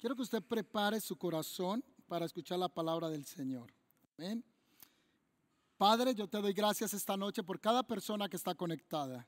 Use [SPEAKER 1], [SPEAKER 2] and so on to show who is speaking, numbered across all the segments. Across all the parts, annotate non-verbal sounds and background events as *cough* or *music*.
[SPEAKER 1] Quiero que usted prepare su corazón para escuchar la palabra del Señor. Amén. Padre, yo te doy gracias esta noche por cada persona que está conectada.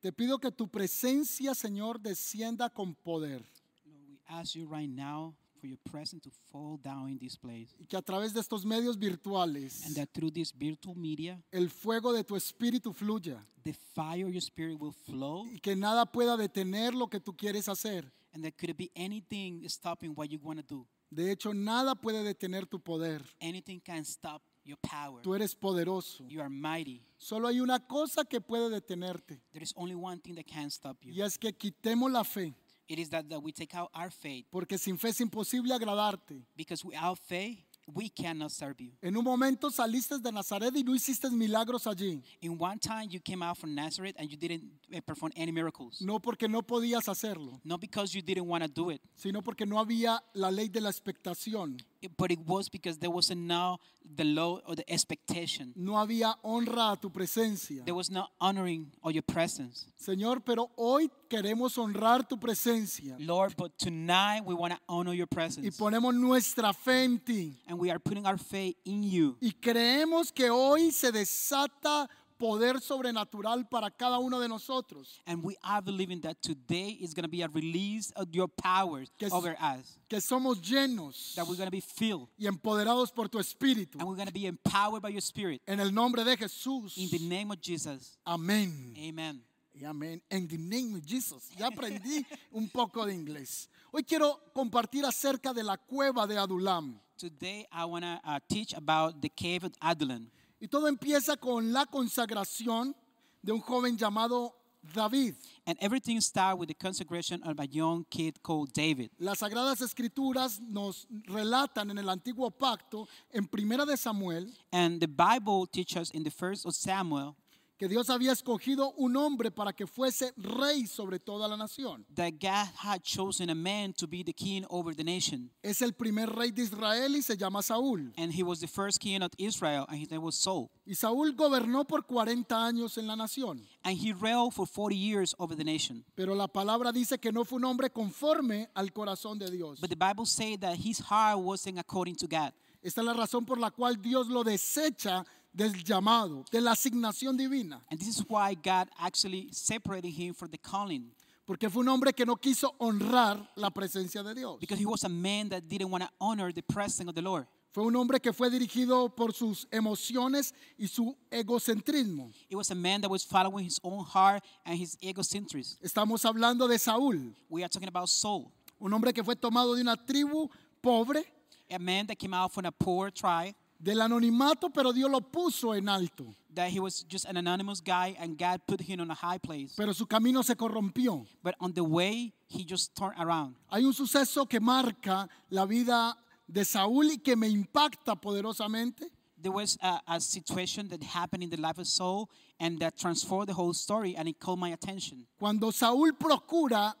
[SPEAKER 1] Te pido que tu presencia, Señor, descienda con poder
[SPEAKER 2] Lord, we ask you right now for your presence to fall down in this place.
[SPEAKER 1] y que a través de estos medios
[SPEAKER 2] And
[SPEAKER 1] virtuales
[SPEAKER 2] that through this virtual media,
[SPEAKER 1] el fuego de tu espíritu fluya
[SPEAKER 2] the fire of your spirit will flow.
[SPEAKER 1] y que nada pueda detener lo que tú quieres hacer.
[SPEAKER 2] And there could be anything stopping what you want to do.
[SPEAKER 1] De hecho, nada puede detener tu poder.
[SPEAKER 2] Anything can stop your power.
[SPEAKER 1] Tú eres poderoso.
[SPEAKER 2] You are mighty.
[SPEAKER 1] Solo hay una cosa que puede detenerte
[SPEAKER 2] There is only one thing that can stop you.
[SPEAKER 1] y es que quitemos la fe,
[SPEAKER 2] It is that, that we take out our faith.
[SPEAKER 1] porque sin fe es imposible agradarte.
[SPEAKER 2] Because without faith, we cannot serve you.
[SPEAKER 1] En un momento saliste de Nazaret y no hiciste milagros allí,
[SPEAKER 2] In one time, you came out from Nazareth and you didn't eh, perform any miracles.
[SPEAKER 1] no porque no podías hacerlo,
[SPEAKER 2] Not because you didn't want to do it,
[SPEAKER 1] sino porque no había la ley de la expectación,
[SPEAKER 2] it- but it was because there wasn't now the law or the expectation.
[SPEAKER 1] no había honra a tu presencia.
[SPEAKER 2] There was no honoring of your presence.
[SPEAKER 1] Señor, pero hoy queremos honrar tu presencia
[SPEAKER 2] Lord, but tonight we want to honor your
[SPEAKER 1] y
[SPEAKER 2] presence.
[SPEAKER 1] ponemos nuestra fe en ti.
[SPEAKER 2] And we are putting our faith in you.
[SPEAKER 1] Y creemos que hoy se desata poder sobrenatural para cada uno de nosotros.
[SPEAKER 2] And we are believing that today is going to be a release of your powers
[SPEAKER 1] Que s-
[SPEAKER 2] over us.
[SPEAKER 1] que somos llenos
[SPEAKER 2] That we're going to be filled
[SPEAKER 1] y empoderados por tu espíritu.
[SPEAKER 2] and we're going to be empowered by your spirit.
[SPEAKER 1] En el nombre de Jesús.
[SPEAKER 2] In the name of Jesus.
[SPEAKER 1] Amén.
[SPEAKER 2] Amen.
[SPEAKER 1] Y amén. En the name of Jesus. Ya aprendí un poco de inglés. Hoy quiero compartir acerca de la cueva de Adulam.
[SPEAKER 2] Today I want to uh, teach about the cave of Adullam.
[SPEAKER 1] Y todo empieza con la consagración de un joven llamado David.
[SPEAKER 2] And everything starts with the consecration of a young kid called David.
[SPEAKER 1] Las sagradas escrituras nos relatan en el antiguo pacto en Primera de Samuel
[SPEAKER 2] And the Bible teaches in the first of Samuel
[SPEAKER 1] que Dios había escogido un hombre para que fuese rey sobre toda la nación.
[SPEAKER 2] that God had chosen a man to be the king over the nation.
[SPEAKER 1] Es el primer rey de Israel y se llama Saúl.
[SPEAKER 2] And he was the first king of Israel, and his name was Saul.
[SPEAKER 1] Y Saúl gobernó por 40 años en la nación.
[SPEAKER 2] And he reigned for 40 years over the nation.
[SPEAKER 1] Pero la palabra dice que no fue un hombre conforme al corazón de Dios.
[SPEAKER 2] But the Bible says that his heart wasn't according to God.
[SPEAKER 1] Esta es la razón por la cual Dios lo desecha del llamado, de la asignación divina.
[SPEAKER 2] And this is why God actually separated him from the calling.
[SPEAKER 1] Porque fue un hombre que no quiso honrar la presencia de Dios.
[SPEAKER 2] Because he was a man that didn't want to honor the presence of the Lord.
[SPEAKER 1] Fue un hombre que fue dirigido por sus emociones y su egocentrismo.
[SPEAKER 2] It was a man that was following his own heart and his egocentrism.
[SPEAKER 1] Estamos hablando de Saúl,
[SPEAKER 2] We are talking about Saul,
[SPEAKER 1] un hombre que fue tomado de una tribu pobre,
[SPEAKER 2] a man that came out from a poor tribe,
[SPEAKER 1] del anonimato, pero Dios lo puso en alto.
[SPEAKER 2] that he was just an anonymous guy, and God put him on a high place.
[SPEAKER 1] Pero su camino se corrompió.
[SPEAKER 2] But on the way, he just turned around.
[SPEAKER 1] Hay un suceso que marca la vida de Saúl y que me impacta poderosamente.
[SPEAKER 2] There was a, a situation that happened in the life of Saul, and that transformed the whole story, and it caught my attention.
[SPEAKER 1] Cuando Saúl procura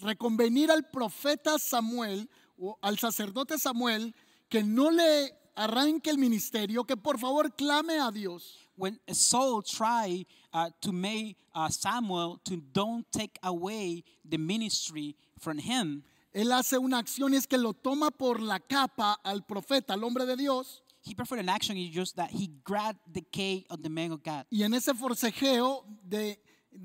[SPEAKER 1] reconvenir al profeta Samuel o al sacerdote Samuel que no le arranque el ministerio, que por favor clame a Dios.
[SPEAKER 2] When Saul tried uh, to make uh, Samuel to don't take away the ministry from him,
[SPEAKER 1] Él hace una acción y es que lo toma por la capa al profeta, al hombre de Dios,
[SPEAKER 2] he performed an action. It's just that he grabbed the cake of the man of God.
[SPEAKER 1] y en ese forcejeo de,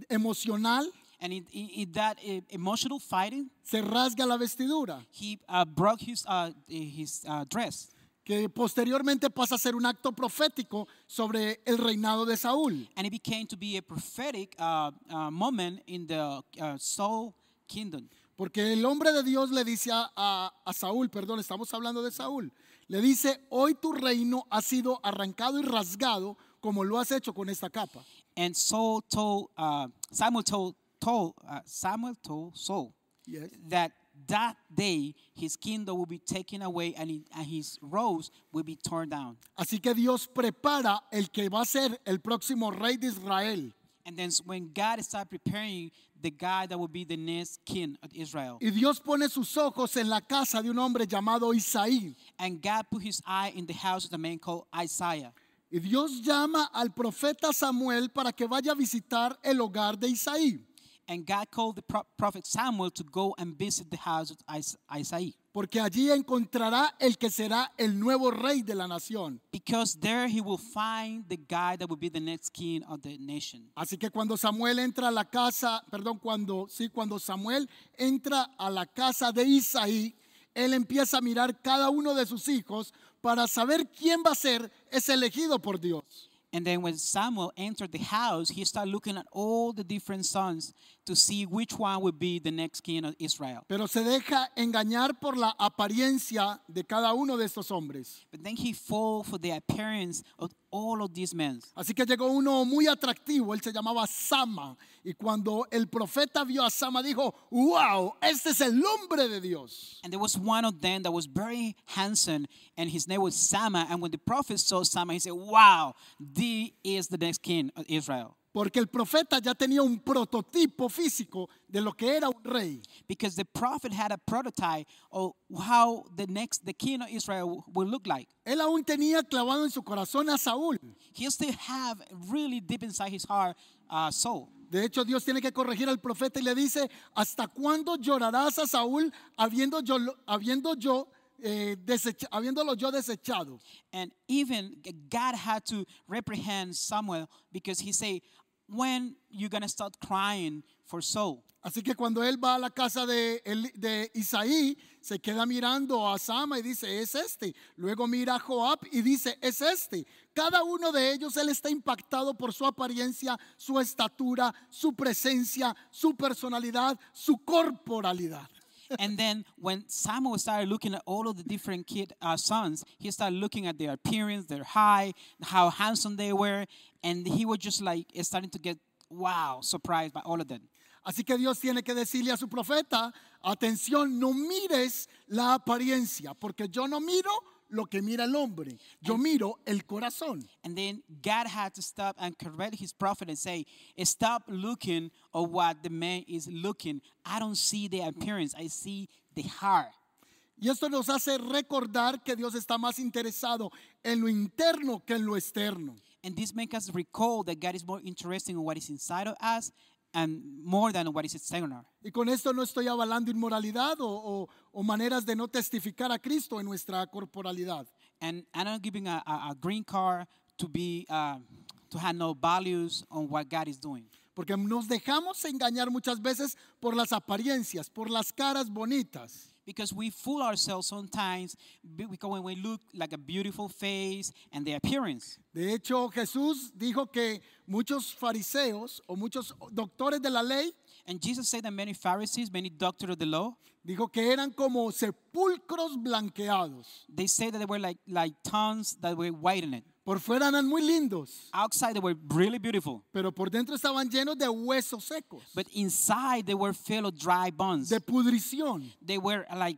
[SPEAKER 1] emocional
[SPEAKER 2] And in, in, in that uh, emotional fighting,
[SPEAKER 1] se rasga la vestidura.
[SPEAKER 2] he uh, broke his, uh, his uh, dress,
[SPEAKER 1] que posteriormente pasa a ser un acto profético sobre el reinado de Saúl.
[SPEAKER 2] and it became to be a prophetic uh, uh, moment in the uh, Saul kingdom.
[SPEAKER 1] Porque el hombre de Dios le dice a, a- a Saúl, perdón, estamos hablando de Saúl, le dice, hoy tu reino ha sido arrancado y rasgado como lo has hecho con esta capa.
[SPEAKER 2] And Saul told uh, Samuel told, told uh, Samuel told Saul
[SPEAKER 1] Yes.
[SPEAKER 2] that that day his kingdom will be taken away and, he, and his rose will be torn down.
[SPEAKER 1] Así que Dios prepara el que va a ser el próximo rey de Israel.
[SPEAKER 2] And then when God started preparing the guy that will be the next king of Israel,
[SPEAKER 1] Y Dios pone sus ojos en la casa de un hombre llamado Isaí.
[SPEAKER 2] and God put his eye in the house of the man called Isaiah.
[SPEAKER 1] Y Dios llama al profeta Samuel para que vaya a visitar el hogar de Isaí.
[SPEAKER 2] and God called the pro- prophet Samuel to go and visit the house of Is- Isaiah.
[SPEAKER 1] porque allí encontrará el que será el nuevo rey de la nación.
[SPEAKER 2] Because there he will find the guy that will be the next king of the nation.
[SPEAKER 1] Así que cuando Samuel entra a la casa, perdón, cuando sí, cuando Samuel entra a la casa de Isaí, él empieza a mirar cada uno de sus hijos para saber quién va a ser ese elegido por Dios.
[SPEAKER 2] And then when Samuel entered the house, he started looking at all the different sons to see which one would be the next king of Israel.
[SPEAKER 1] Pero se deja engañar por la apariencia de cada uno de estos hombres.
[SPEAKER 2] But then he fall for the appearance of all of these men.
[SPEAKER 1] Así que llegó uno muy atractivo, él se llamaba Sama, y cuando el profeta vio a Sama dijo, wow, este es el hombre de Dios.
[SPEAKER 2] And there was one of them that was very handsome, and his name was Sama. And when the prophet saw Sama, he said, Wow, this is the next king of Israel.
[SPEAKER 1] Porque el profeta ya tenía un prototipo físico de lo que era un rey.
[SPEAKER 2] Because the prophet had a prototype of how the next the king of Israel will look like.
[SPEAKER 1] Él aún tenía clavado en su corazón a Saúl.
[SPEAKER 2] He still have really deep inside his heart uh, soul.
[SPEAKER 1] De hecho, Dios tiene que corregir al profeta y le dice, ¿hasta cuándo llorarás a Saúl habiendo yo, habiendo yo, eh, desecha- habiéndolo yo desechado?
[SPEAKER 2] And even g- God had to reprehend Samuel because he said, when you gonna start crying for Saul?
[SPEAKER 1] Así que cuando él va a la casa de, Eli- de Isaí, se queda mirando a Sama y dice, es este. Luego mira a Joab y dice, es este. Cada uno de ellos, él está impactado por su apariencia, su estatura, su presencia, su personalidad, su corporalidad.
[SPEAKER 2] and then when Samuel started looking at all of the different kid uh, sons, he started looking at their appearance, their height, how handsome they were, and he was just like starting to get wow surprised by all of them.
[SPEAKER 1] Así que Dios tiene que decirle a su profeta, atención, no mires la apariencia, porque yo no miro lo que mira el hombre, yo miro el corazón.
[SPEAKER 2] And then God had to stop and correct his prophet and say, Stop looking at what the man is looking. I don't see the appearance, I see the heart.
[SPEAKER 1] Y esto nos hace recordar que Dios está más interesado en lo interno que en lo externo.
[SPEAKER 2] And this makes us recall that God is more interested in what is inside of us and more than what is external.
[SPEAKER 1] Y con esto no estoy avalando inmoralidad o, o- o maneras de no testificar a Cristo en nuestra corporalidad.
[SPEAKER 2] And I'm not giving a, a, a green card to be uh, to have no values on what God is doing.
[SPEAKER 1] Porque nos dejamos engañar muchas veces por las apariencias, por las caras bonitas.
[SPEAKER 2] Because we fool ourselves sometimes be- because when we look like a beautiful face and the appearance.
[SPEAKER 1] De hecho, Jesús dijo que muchos fariseos o muchos doctores de la ley
[SPEAKER 2] And Jesus said that many Pharisees, many doctors of the law,
[SPEAKER 1] dijo que eran como sepulcros blanqueados.
[SPEAKER 2] they say that they were like like tongues that were whitened.
[SPEAKER 1] Por fuera eran muy lindos,
[SPEAKER 2] Outside they were really beautiful,
[SPEAKER 1] pero por dentro estaban llenos de huesos secos,
[SPEAKER 2] but inside they were filled of dry bones.
[SPEAKER 1] de pudrición.
[SPEAKER 2] they were like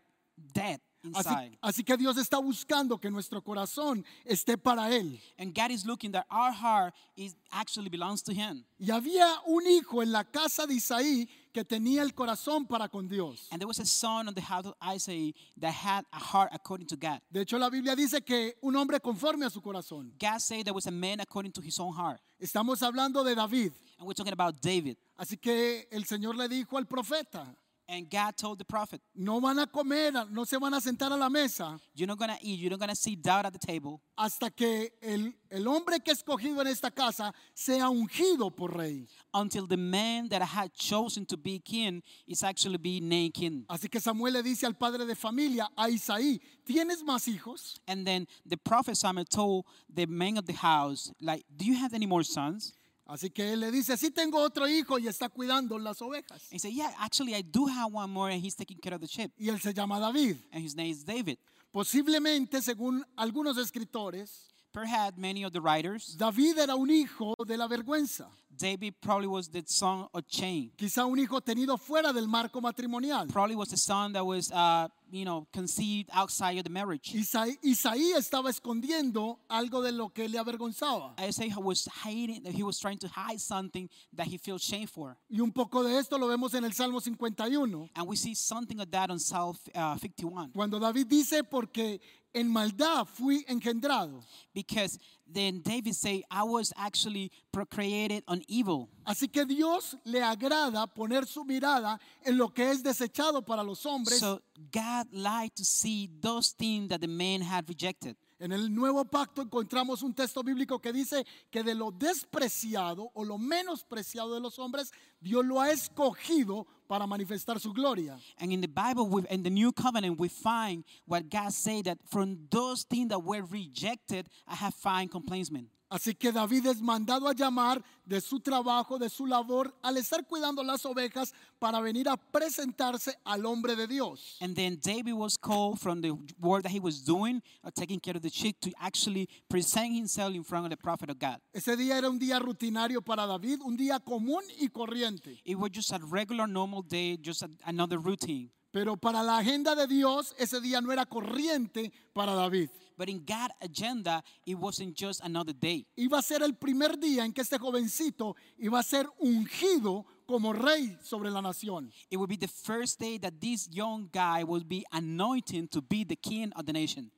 [SPEAKER 2] dead inside.
[SPEAKER 1] Así, así que Dios está buscando que nuestro corazón esté para Él.
[SPEAKER 2] and God is looking that our heart is actually belongs to Him.
[SPEAKER 1] Y había un hijo en la casa de Isaí que tenía el corazón para con Dios.
[SPEAKER 2] And there was a son on the house of Isaiah that had a heart according to God.
[SPEAKER 1] De hecho, la Biblia dice que un hombre conforme a su corazón.
[SPEAKER 2] God said there was a man according to his own heart.
[SPEAKER 1] Estamos hablando de David.
[SPEAKER 2] And we're talking about David.
[SPEAKER 1] Así que el Señor le dijo al profeta,
[SPEAKER 2] And God told the prophet,
[SPEAKER 1] no van a comer, no se van a sentar a la mesa
[SPEAKER 2] You're not going to eat, you're not going to sit down at the table
[SPEAKER 1] hasta que el, el hombre que he escogido en esta casa sea ungido por rey.
[SPEAKER 2] until the man that I had chosen to be king is actually be named king.
[SPEAKER 1] Así que Samuel le dice al padre de familia, a Isaí, ¿tienes más hijos?
[SPEAKER 2] And then the prophet Samuel told the man of the house, like, Do you have any more sons?
[SPEAKER 1] Así que él le dice, sí tengo otro hijo y está cuidando las ovejas.
[SPEAKER 2] And he said, Yeah, actually, I do have one more, and he's taking care of the sheep.
[SPEAKER 1] Y él se llama David.
[SPEAKER 2] And his name is David.
[SPEAKER 1] Posiblemente, según algunos escritores,
[SPEAKER 2] Perhaps many of the writers,
[SPEAKER 1] David era un hijo de la vergüenza.
[SPEAKER 2] David probably was the son of Cain.
[SPEAKER 1] Quizá un hijo tenido fuera del marco matrimonial.
[SPEAKER 2] probably was a son that was, uh, you know, conceived outside of the marriage.
[SPEAKER 1] Isaí, Isaí estaba escondiendo algo de lo que le avergonzaba.
[SPEAKER 2] Isaiah was hiding, that he was trying to hide something that he feels shame for.
[SPEAKER 1] Y un poco de esto lo vemos en el Salmo 51,
[SPEAKER 2] And we see something of that on Psalm uh, 51.
[SPEAKER 1] cuando David dice, porque en maldad fui engendrado.
[SPEAKER 2] because then David say, I was actually procreated on evil.
[SPEAKER 1] Así que Dios le agrada poner su mirada en lo que es desechado para los hombres.
[SPEAKER 2] So God liked to see those things that the man had rejected.
[SPEAKER 1] en el nuevo pacto encontramos un texto bíblico que dice que de lo despreciado o lo menospreciado de los hombres, Dios lo ha escogido para manifestar su gloria.
[SPEAKER 2] And in the Bible, we, in the New Covenant, we find what God said that from those things that were rejected, I have found complacement.
[SPEAKER 1] Así que David es mandado a llamar de su trabajo, de su labor, al estar cuidando las ovejas para venir a presentarse al hombre de Dios.
[SPEAKER 2] And then David was called from the work that he was doing, or taking care of the sheep, to actually present himself in front of the prophet of God.
[SPEAKER 1] Ese día era un día rutinario para David, un día común y corriente.
[SPEAKER 2] It was just a regular, normal day, just a, another routine.
[SPEAKER 1] Pero para la agenda de Dios, ese día no era corriente para David.
[SPEAKER 2] But in God's agenda, it wasn't just another day.
[SPEAKER 1] Iba a ser el primer día en que este jovencito iba a ser ungido como rey sobre la nación.
[SPEAKER 2] It would be the first day that this young guy would be anointed to be the king of the nation.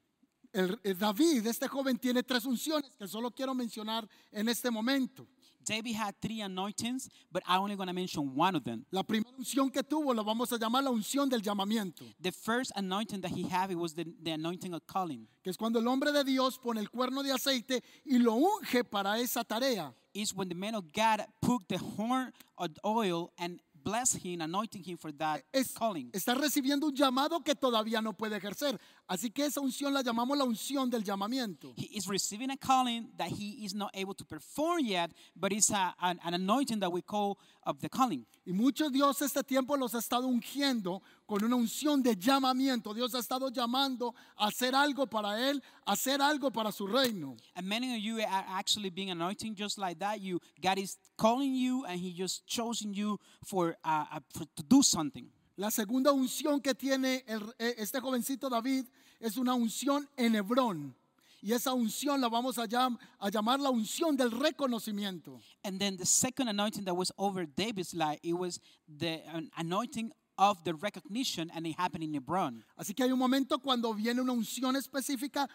[SPEAKER 1] El- eh, David, este joven, tiene tres unciones que solo quiero mencionar en este momento.
[SPEAKER 2] David had three anointings, but I'm only going to mention one of them.
[SPEAKER 1] La primera unción que tuvo la vamos a llamar la unción del llamamiento,
[SPEAKER 2] The first anointing that he had it was the, the anointing of calling.
[SPEAKER 1] que es cuando el hombre de Dios pone el cuerno de aceite y lo unge para esa tarea.
[SPEAKER 2] It's when the man of God put the horn of oil and blessed him, anointing him for that
[SPEAKER 1] Es-
[SPEAKER 2] calling.
[SPEAKER 1] está recibiendo un llamado que todavía no puede ejercer. Así que esa unción la llamamos la unción del llamamiento.
[SPEAKER 2] He is receiving a calling that he is not able to perform yet, but it's a, an, an anointing that we call of the calling.
[SPEAKER 1] Y muchos Dios este tiempo los ha estado ungiendo con una unción de llamamiento. Dios ha estado llamando a hacer algo para Él, a hacer algo para su reino.
[SPEAKER 2] And many of you are actually being anointed just like that. You God is calling you, and He just chosen you for, uh, uh, for to do something.
[SPEAKER 1] La segunda unción que tiene el- eh, este jovencito David es una unción en Hebrón. Y esa unción la vamos a, llam- a llamar la unción del reconocimiento.
[SPEAKER 2] And then the second anointing that was over David's life, it was the an anointing of the recognition, and it happened in Hebron.
[SPEAKER 1] Así que hay un momento cuando viene una unción específica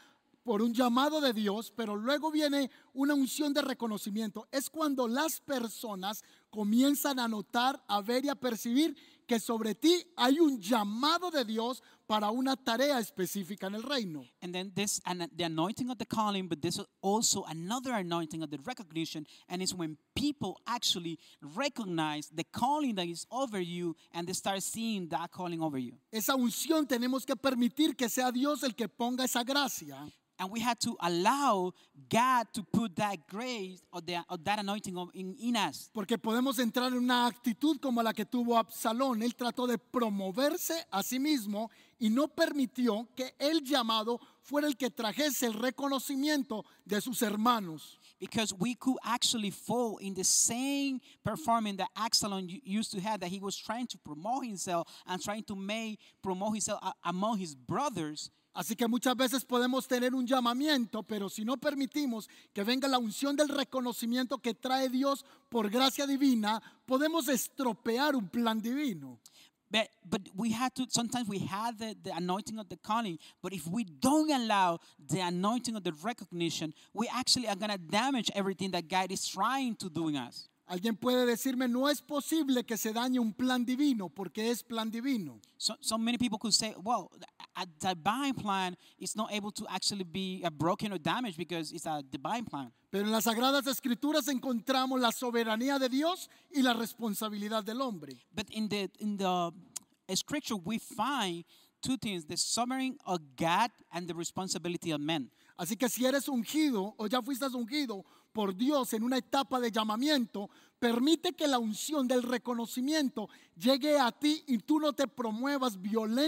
[SPEAKER 1] por un llamado de Dios, pero luego viene una unción de reconocimiento. Es cuando las personas comienzan a notar, a ver y a percibir que sobre ti hay un llamado de Dios para una tarea específica en el reino.
[SPEAKER 2] And then this and the anointing of the calling, but this is also another anointing of the recognition, and it's when people actually recognize the calling that is over you, and they start seeing that calling over you.
[SPEAKER 1] Esa unción tenemos que permitir que sea Dios el que ponga esa gracia.
[SPEAKER 2] And we had to allow God to put that grace or, the, or that anointing of- in, in us.
[SPEAKER 1] Porque podemos entrar en una actitud como la que tuvo Absalón. Él trató de promoverse a sí mismo y no permitió que el llamado fuera el que trajese el reconocimiento de sus hermanos.
[SPEAKER 2] Because we could actually fall in the same performance that Absalom u- used to have, that he was trying to promote himself and trying to make promote himself a- among his brothers.
[SPEAKER 1] Así que muchas veces podemos tener un llamamiento, pero si no permitimos que venga la unción del reconocimiento que trae Dios por gracia divina, podemos estropear un plan divino.
[SPEAKER 2] But, but we had to, sometimes we had the, the anointing of the calling, but if we don't allow the anointing of the recognition, we actually are going to damage everything that God is trying to do in us.
[SPEAKER 1] Alguien puede decirme, no es posible que se dañe un plan divino, porque es plan divino.
[SPEAKER 2] So, so many people could say, well, a a divine plan is not able to actually be uh, broken or damaged because it's a divine plan.
[SPEAKER 1] Pero en las Sagradas Escrituras encontramos la soberanía de Dios y la responsabilidad del hombre.
[SPEAKER 2] But in the in the scripture, we find two things: the sovereign of God and the responsibility of men.
[SPEAKER 1] Así que si eres ungido o ya fuiste ungido por Dios en una etapa de llamamiento, permite que la unción del reconocimiento llegue a ti y tú no te promuevas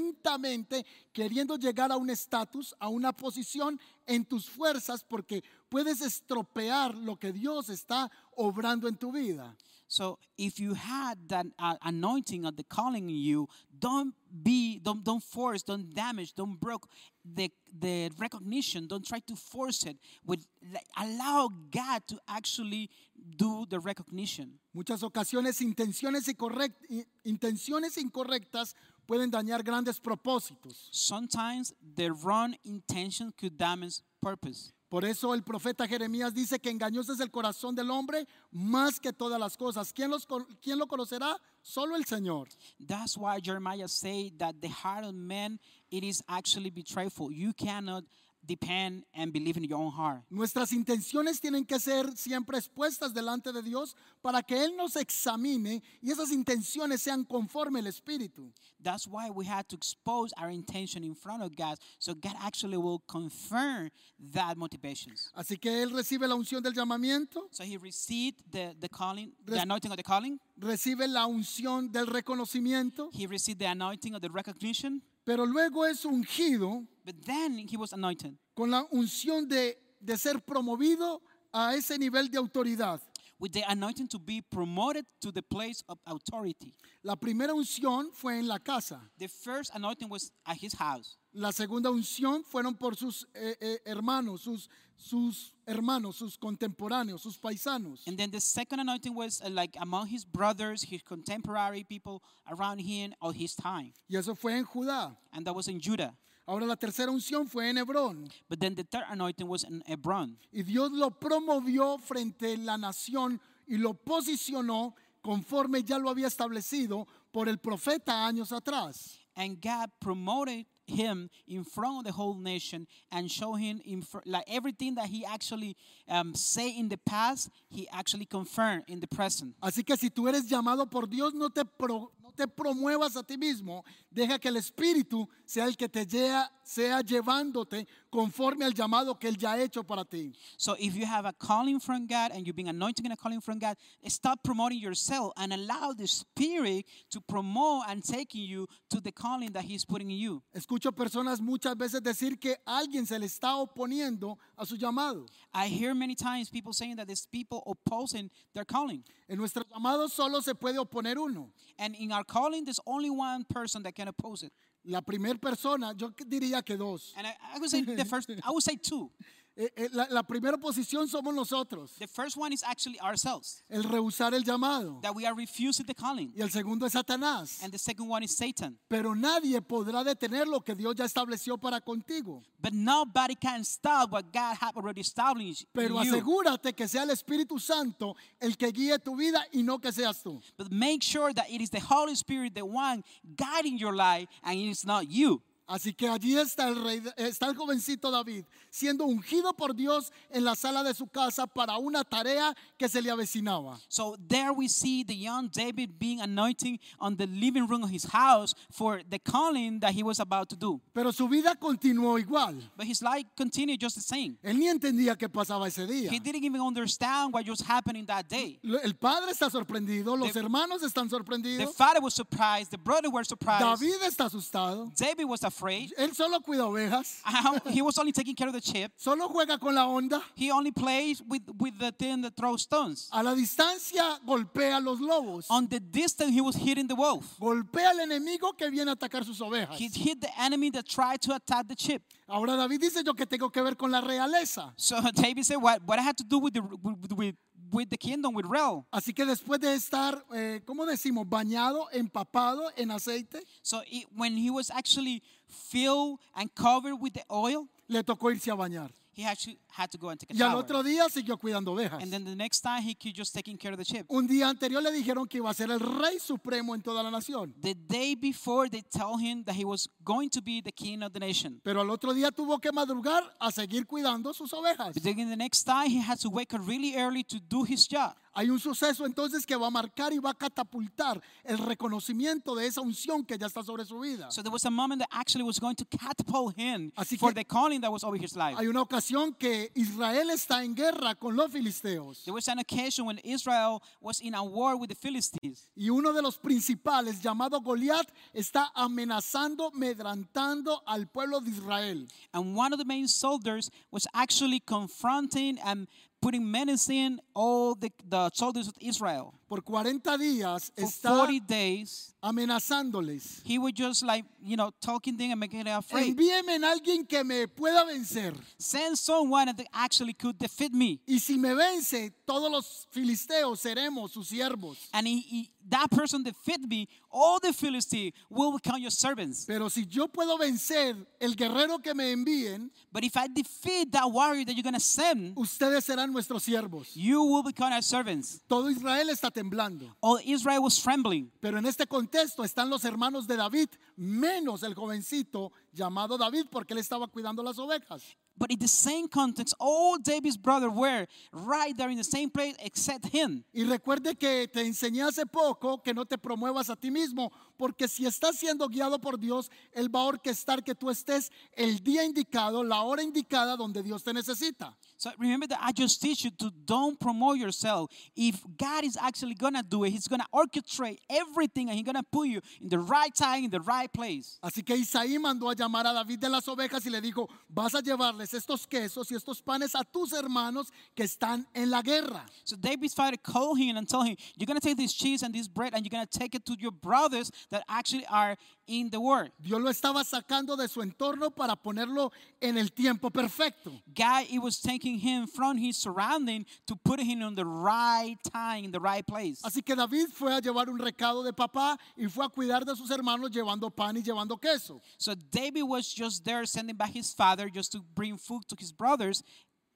[SPEAKER 1] violentamente queriendo llegar a un estatus, a una posición en tus fuerzas, porque puedes estropear lo que Dios está obrando en tu vida.
[SPEAKER 2] So if you had that uh, anointing of the calling in you, don't be don't don't force, don't damage, don't broke the the recognition. Don't try to force it. With like, allow God to actually do the recognition.
[SPEAKER 1] Muchas ocasiones intenciones, y correct- i- intenciones incorrectas pueden dañar grandes propósitos.
[SPEAKER 2] Sometimes the wrong intention could damage purpose.
[SPEAKER 1] Por eso el profeta Jeremías dice que engañoso es el corazón del hombre más que todas las cosas. ¿Quién, los con- quién lo conocerá? Solo el Señor.
[SPEAKER 2] That's why Jeremiah say that the heart of man it is actually betrayful. You cannot depend and believe in your own heart.
[SPEAKER 1] Nuestras intenciones tienen que ser siempre expuestas delante de Dios para que Él nos examine y esas intenciones sean conforme al Espíritu.
[SPEAKER 2] That's why we had to expose our intention in front of God, so God actually will confirm that motivations.
[SPEAKER 1] Así que Él recibe la unción del llamamiento,
[SPEAKER 2] So he received the, the calling, the
[SPEAKER 1] Res-
[SPEAKER 2] anointing of the calling.
[SPEAKER 1] recibe la unción del reconocimiento,
[SPEAKER 2] He received the anointing of the recognition,
[SPEAKER 1] pero luego es ungido
[SPEAKER 2] but then he was anointed
[SPEAKER 1] con la unción de, de ser promovido a ese nivel de autoridad.
[SPEAKER 2] with the anointing to be promoted to the place of authority.
[SPEAKER 1] La primera unción fue en la casa,
[SPEAKER 2] The first anointing was at his house.
[SPEAKER 1] la segunda unción fueron por sus eh, eh, hermanos, sus, sus hermanos, sus contemporáneos, sus paisanos.
[SPEAKER 2] And then the second anointing was uh, like among his brothers, his contemporary people around him or his time.
[SPEAKER 1] Y eso fue en Judá.
[SPEAKER 2] And that was in Judah.
[SPEAKER 1] Ahora la tercera unción fue en Hebrón.
[SPEAKER 2] But then the third anointing was in Hebron.
[SPEAKER 1] Y Dios lo promovió frente a la nación y lo posicionó conforme ya lo había establecido por el profeta años atrás.
[SPEAKER 2] and God promoted him in front of the whole nation and show him in fr- like everything that he actually um, say in the past he actually confirmed in the present
[SPEAKER 1] Así que si tú eres llamado por Dios, no te, pro- no te promuevas a ti mismo. Deja que el Espíritu sea el que te lleva, sea llevándote conforme al llamado que Él ya ha hecho para ti.
[SPEAKER 2] so if you have a calling from god and you've been anointed in a calling from god stop promoting yourself and allow the spirit to promote and taking you to the calling that he's putting in you
[SPEAKER 1] Escucho personas muchas veces decir que alguien se le está oponiendo a su llamado.
[SPEAKER 2] i hear many times people saying that there's people opposing their calling
[SPEAKER 1] En nuestro llamado solo se puede oponer uno.
[SPEAKER 2] and in our calling there's only one person that can oppose it
[SPEAKER 1] La primera persona, yo diría que dos.
[SPEAKER 2] and i, I would say
[SPEAKER 1] *laughs*
[SPEAKER 2] the first i would say two
[SPEAKER 1] Eh, eh, la, la primera posición somos nosotros,
[SPEAKER 2] The first one is actually ourselves,
[SPEAKER 1] el rehusar el llamado.
[SPEAKER 2] that we are refusing the calling.
[SPEAKER 1] Y el segundo es Satanás.
[SPEAKER 2] And the second one is Satan.
[SPEAKER 1] Pero nadie podrá detener lo que Dios ya estableció para contigo.
[SPEAKER 2] But nobody can stop what God had already established. in
[SPEAKER 1] Pero
[SPEAKER 2] you.
[SPEAKER 1] asegúrate que sea el Espíritu Santo el que guíe tu vida y no que seas tú.
[SPEAKER 2] But make sure that it is the Holy Spirit, the one guiding your life, and it is not you.
[SPEAKER 1] Así que allí está el rey, está el jovencito David, siendo ungido por Dios en la sala de su casa para una tarea que se le avecinaba.
[SPEAKER 2] So there we see the young David being anointing on the living room of his house for the calling that he was about to do.
[SPEAKER 1] Pero su vida continuó igual.
[SPEAKER 2] But his life continued just the same.
[SPEAKER 1] Él ni entendía qué pasaba ese día.
[SPEAKER 2] He didn't even understand what was happening that day.
[SPEAKER 1] Lo- El padre está sorprendido, los
[SPEAKER 2] The-
[SPEAKER 1] hermanos están
[SPEAKER 2] The
[SPEAKER 1] sorprendidos,
[SPEAKER 2] father was surprised, the brother were surprised.
[SPEAKER 1] David está asustado.
[SPEAKER 2] David was afraid.
[SPEAKER 1] Él solo cuida ovejas,
[SPEAKER 2] Um, he was only taking care of the chip.
[SPEAKER 1] solo juega con la onda.
[SPEAKER 2] He only plays with, with the thing that throws stones.
[SPEAKER 1] A la distancia golpea a los lobos,
[SPEAKER 2] On the distance, he was hitting the wolf.
[SPEAKER 1] golpea al enemigo que viene a atacar sus ovejas.
[SPEAKER 2] He hit the enemy that tried to attack the chip.
[SPEAKER 1] Ahora David dice yo que tengo que ver con la realeza.
[SPEAKER 2] So *laughs* David said, "What? What I had to do with the with with, with the kingdom with Rel?"
[SPEAKER 1] Así que después de estar, eh, ¿cómo decimos? Bañado, empapado en aceite,
[SPEAKER 2] So it, when he was actually filled and covered with the oil,
[SPEAKER 1] le tocó irse a bañar.
[SPEAKER 2] he actually had to go and take a
[SPEAKER 1] Y al
[SPEAKER 2] shower.
[SPEAKER 1] otro día siguió cuidando ovejas.
[SPEAKER 2] And then the next time, he could just taking care of the chip.
[SPEAKER 1] Un día anterior le dijeron que iba a ser el rey supremo en toda la nación.
[SPEAKER 2] The day before, they tell him that he was going to be the king of the nation.
[SPEAKER 1] Pero al otro día tuvo que madrugar a seguir cuidando sus ovejas.
[SPEAKER 2] But then the next time he had to wake up really early to do his job.
[SPEAKER 1] Hay un suceso entonces que va a marcar y va a catapultar el reconocimiento de esa unción que ya está sobre su vida.
[SPEAKER 2] So there was a moment that actually was going to catapult him
[SPEAKER 1] Así
[SPEAKER 2] for
[SPEAKER 1] que-
[SPEAKER 2] the calling that was over his life.
[SPEAKER 1] Hay una ocasión que Israel está en guerra con los filisteos
[SPEAKER 2] There was an occasion when Israel was in a war with the Philistines,
[SPEAKER 1] y uno de los principales llamado Goliat está amenazando, medrantando al pueblo de Israel.
[SPEAKER 2] and one of the main soldiers was actually confronting and putting menacing all the, the soldiers of Israel.
[SPEAKER 1] por 40 días
[SPEAKER 2] For
[SPEAKER 1] está
[SPEAKER 2] 40 days,
[SPEAKER 1] amenazándoles.
[SPEAKER 2] he would just like, you know, talking thing and making it afraid.
[SPEAKER 1] Envíenme a alguien que me pueda vencer.
[SPEAKER 2] Send someone that actually could defeat me.
[SPEAKER 1] Y si me vence, todos los filisteos seremos sus siervos.
[SPEAKER 2] And he, he- that person defeat me, all the Philistines will become your servants.
[SPEAKER 1] Pero si yo puedo vencer el guerrero que me envíen,
[SPEAKER 2] But if I defeat that warrior that you're going to send,
[SPEAKER 1] ustedes serán nuestros siervos.
[SPEAKER 2] you will become our servants.
[SPEAKER 1] Todo Israel está temblando.
[SPEAKER 2] All Israel was trembling.
[SPEAKER 1] Pero en este contexto están los hermanos de David, menos el jovencito llamado David, porque él estaba cuidando las ovejas.
[SPEAKER 2] But in the same context, all David's brothers were right there in the same place except him.
[SPEAKER 1] Y recuerde que te enseñé hace poco que no te promuevas a ti mismo, porque si estás siendo guiado por Dios, Él va a orquestar que tú estés el día indicado, la hora indicada donde Dios te necesita.
[SPEAKER 2] So remember that I just teach you to don't promote yourself. If God is actually gonna do it, He's gonna orchestrate everything and He's gonna put you in the right time, in the right place.
[SPEAKER 1] Así que Isaí mandó a llamar a David de las ovejas y le dijo, vas a llevarles estos quesos y estos panes a tus hermanos que están en la guerra.
[SPEAKER 2] So David's father called him and told him, You're gonna take this cheese and this bread and you're gonna take it to your brothers that actually are in the war.
[SPEAKER 1] Dios lo estaba sacando de su entorno para ponerlo en el tiempo perfecto.
[SPEAKER 2] God, it was taking him from his surrounding to put him on the right time, in the right place.
[SPEAKER 1] Así que David fue a llevar un recado de papá y fue a cuidar de sus hermanos llevando pan y llevando queso.
[SPEAKER 2] So David was just there sending by his father just to bring food to his brothers,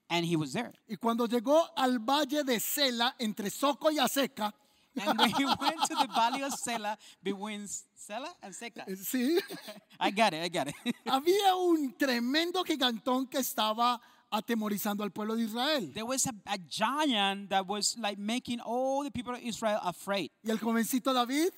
[SPEAKER 2] and he was there.
[SPEAKER 1] Y cuando llegó al valle de Sela, entre Soco y Aseca,
[SPEAKER 2] And when he *laughs* went to the valley of Selah, between Selah and Seca.
[SPEAKER 1] eh, sí,
[SPEAKER 2] I got it, I got it.
[SPEAKER 1] *laughs*
[SPEAKER 2] *laughs*
[SPEAKER 1] había un tremendo gigantón que estaba atemorizando al pueblo de Israel.
[SPEAKER 2] There was a, a giant that was like making all the people of Israel afraid.
[SPEAKER 1] Y el jovencito David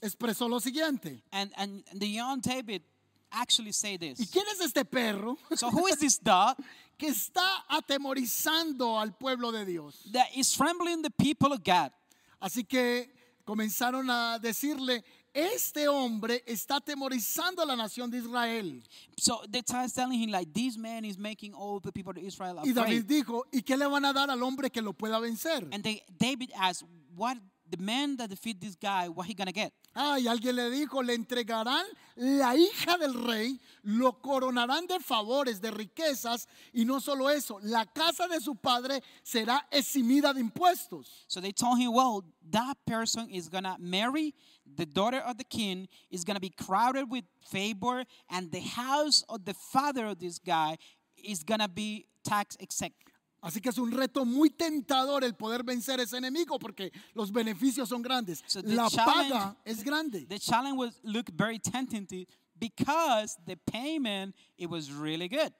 [SPEAKER 1] expresó lo siguiente.
[SPEAKER 2] And, and the young David actually said
[SPEAKER 1] ¿Y
[SPEAKER 2] this.
[SPEAKER 1] quién es este perro
[SPEAKER 2] So who is this dog
[SPEAKER 1] que está atemorizando al pueblo de Dios?
[SPEAKER 2] that is trembling the people of God?
[SPEAKER 1] Así que comenzaron a decirle, este hombre está atemorizando a la nación de Israel.
[SPEAKER 2] So the time's telling him like this man is making all the people of Israel
[SPEAKER 1] Y David
[SPEAKER 2] afraid.
[SPEAKER 1] dijo, ¿y qué le van a dar al hombre que lo pueda vencer?
[SPEAKER 2] And they, David asked, what the man that defeat this guy, what he gonna get?
[SPEAKER 1] Ah, y alguien le dijo, le entregarán la hija del rey, lo coronarán de favores, de riquezas, y no solo eso, la casa de su padre será eximida de impuestos.
[SPEAKER 2] So they told him, well, that person is going to marry the daughter of the king, is going to be crowded with favor, and the house of the father of this guy is going to be tax exempt.
[SPEAKER 1] Así que es un reto muy tentador el poder vencer ese enemigo porque los beneficios son grandes.
[SPEAKER 2] So the
[SPEAKER 1] la
[SPEAKER 2] challenge-
[SPEAKER 1] paga es grande.
[SPEAKER 2] The challenge was looked very tempting because the payment, it was really good.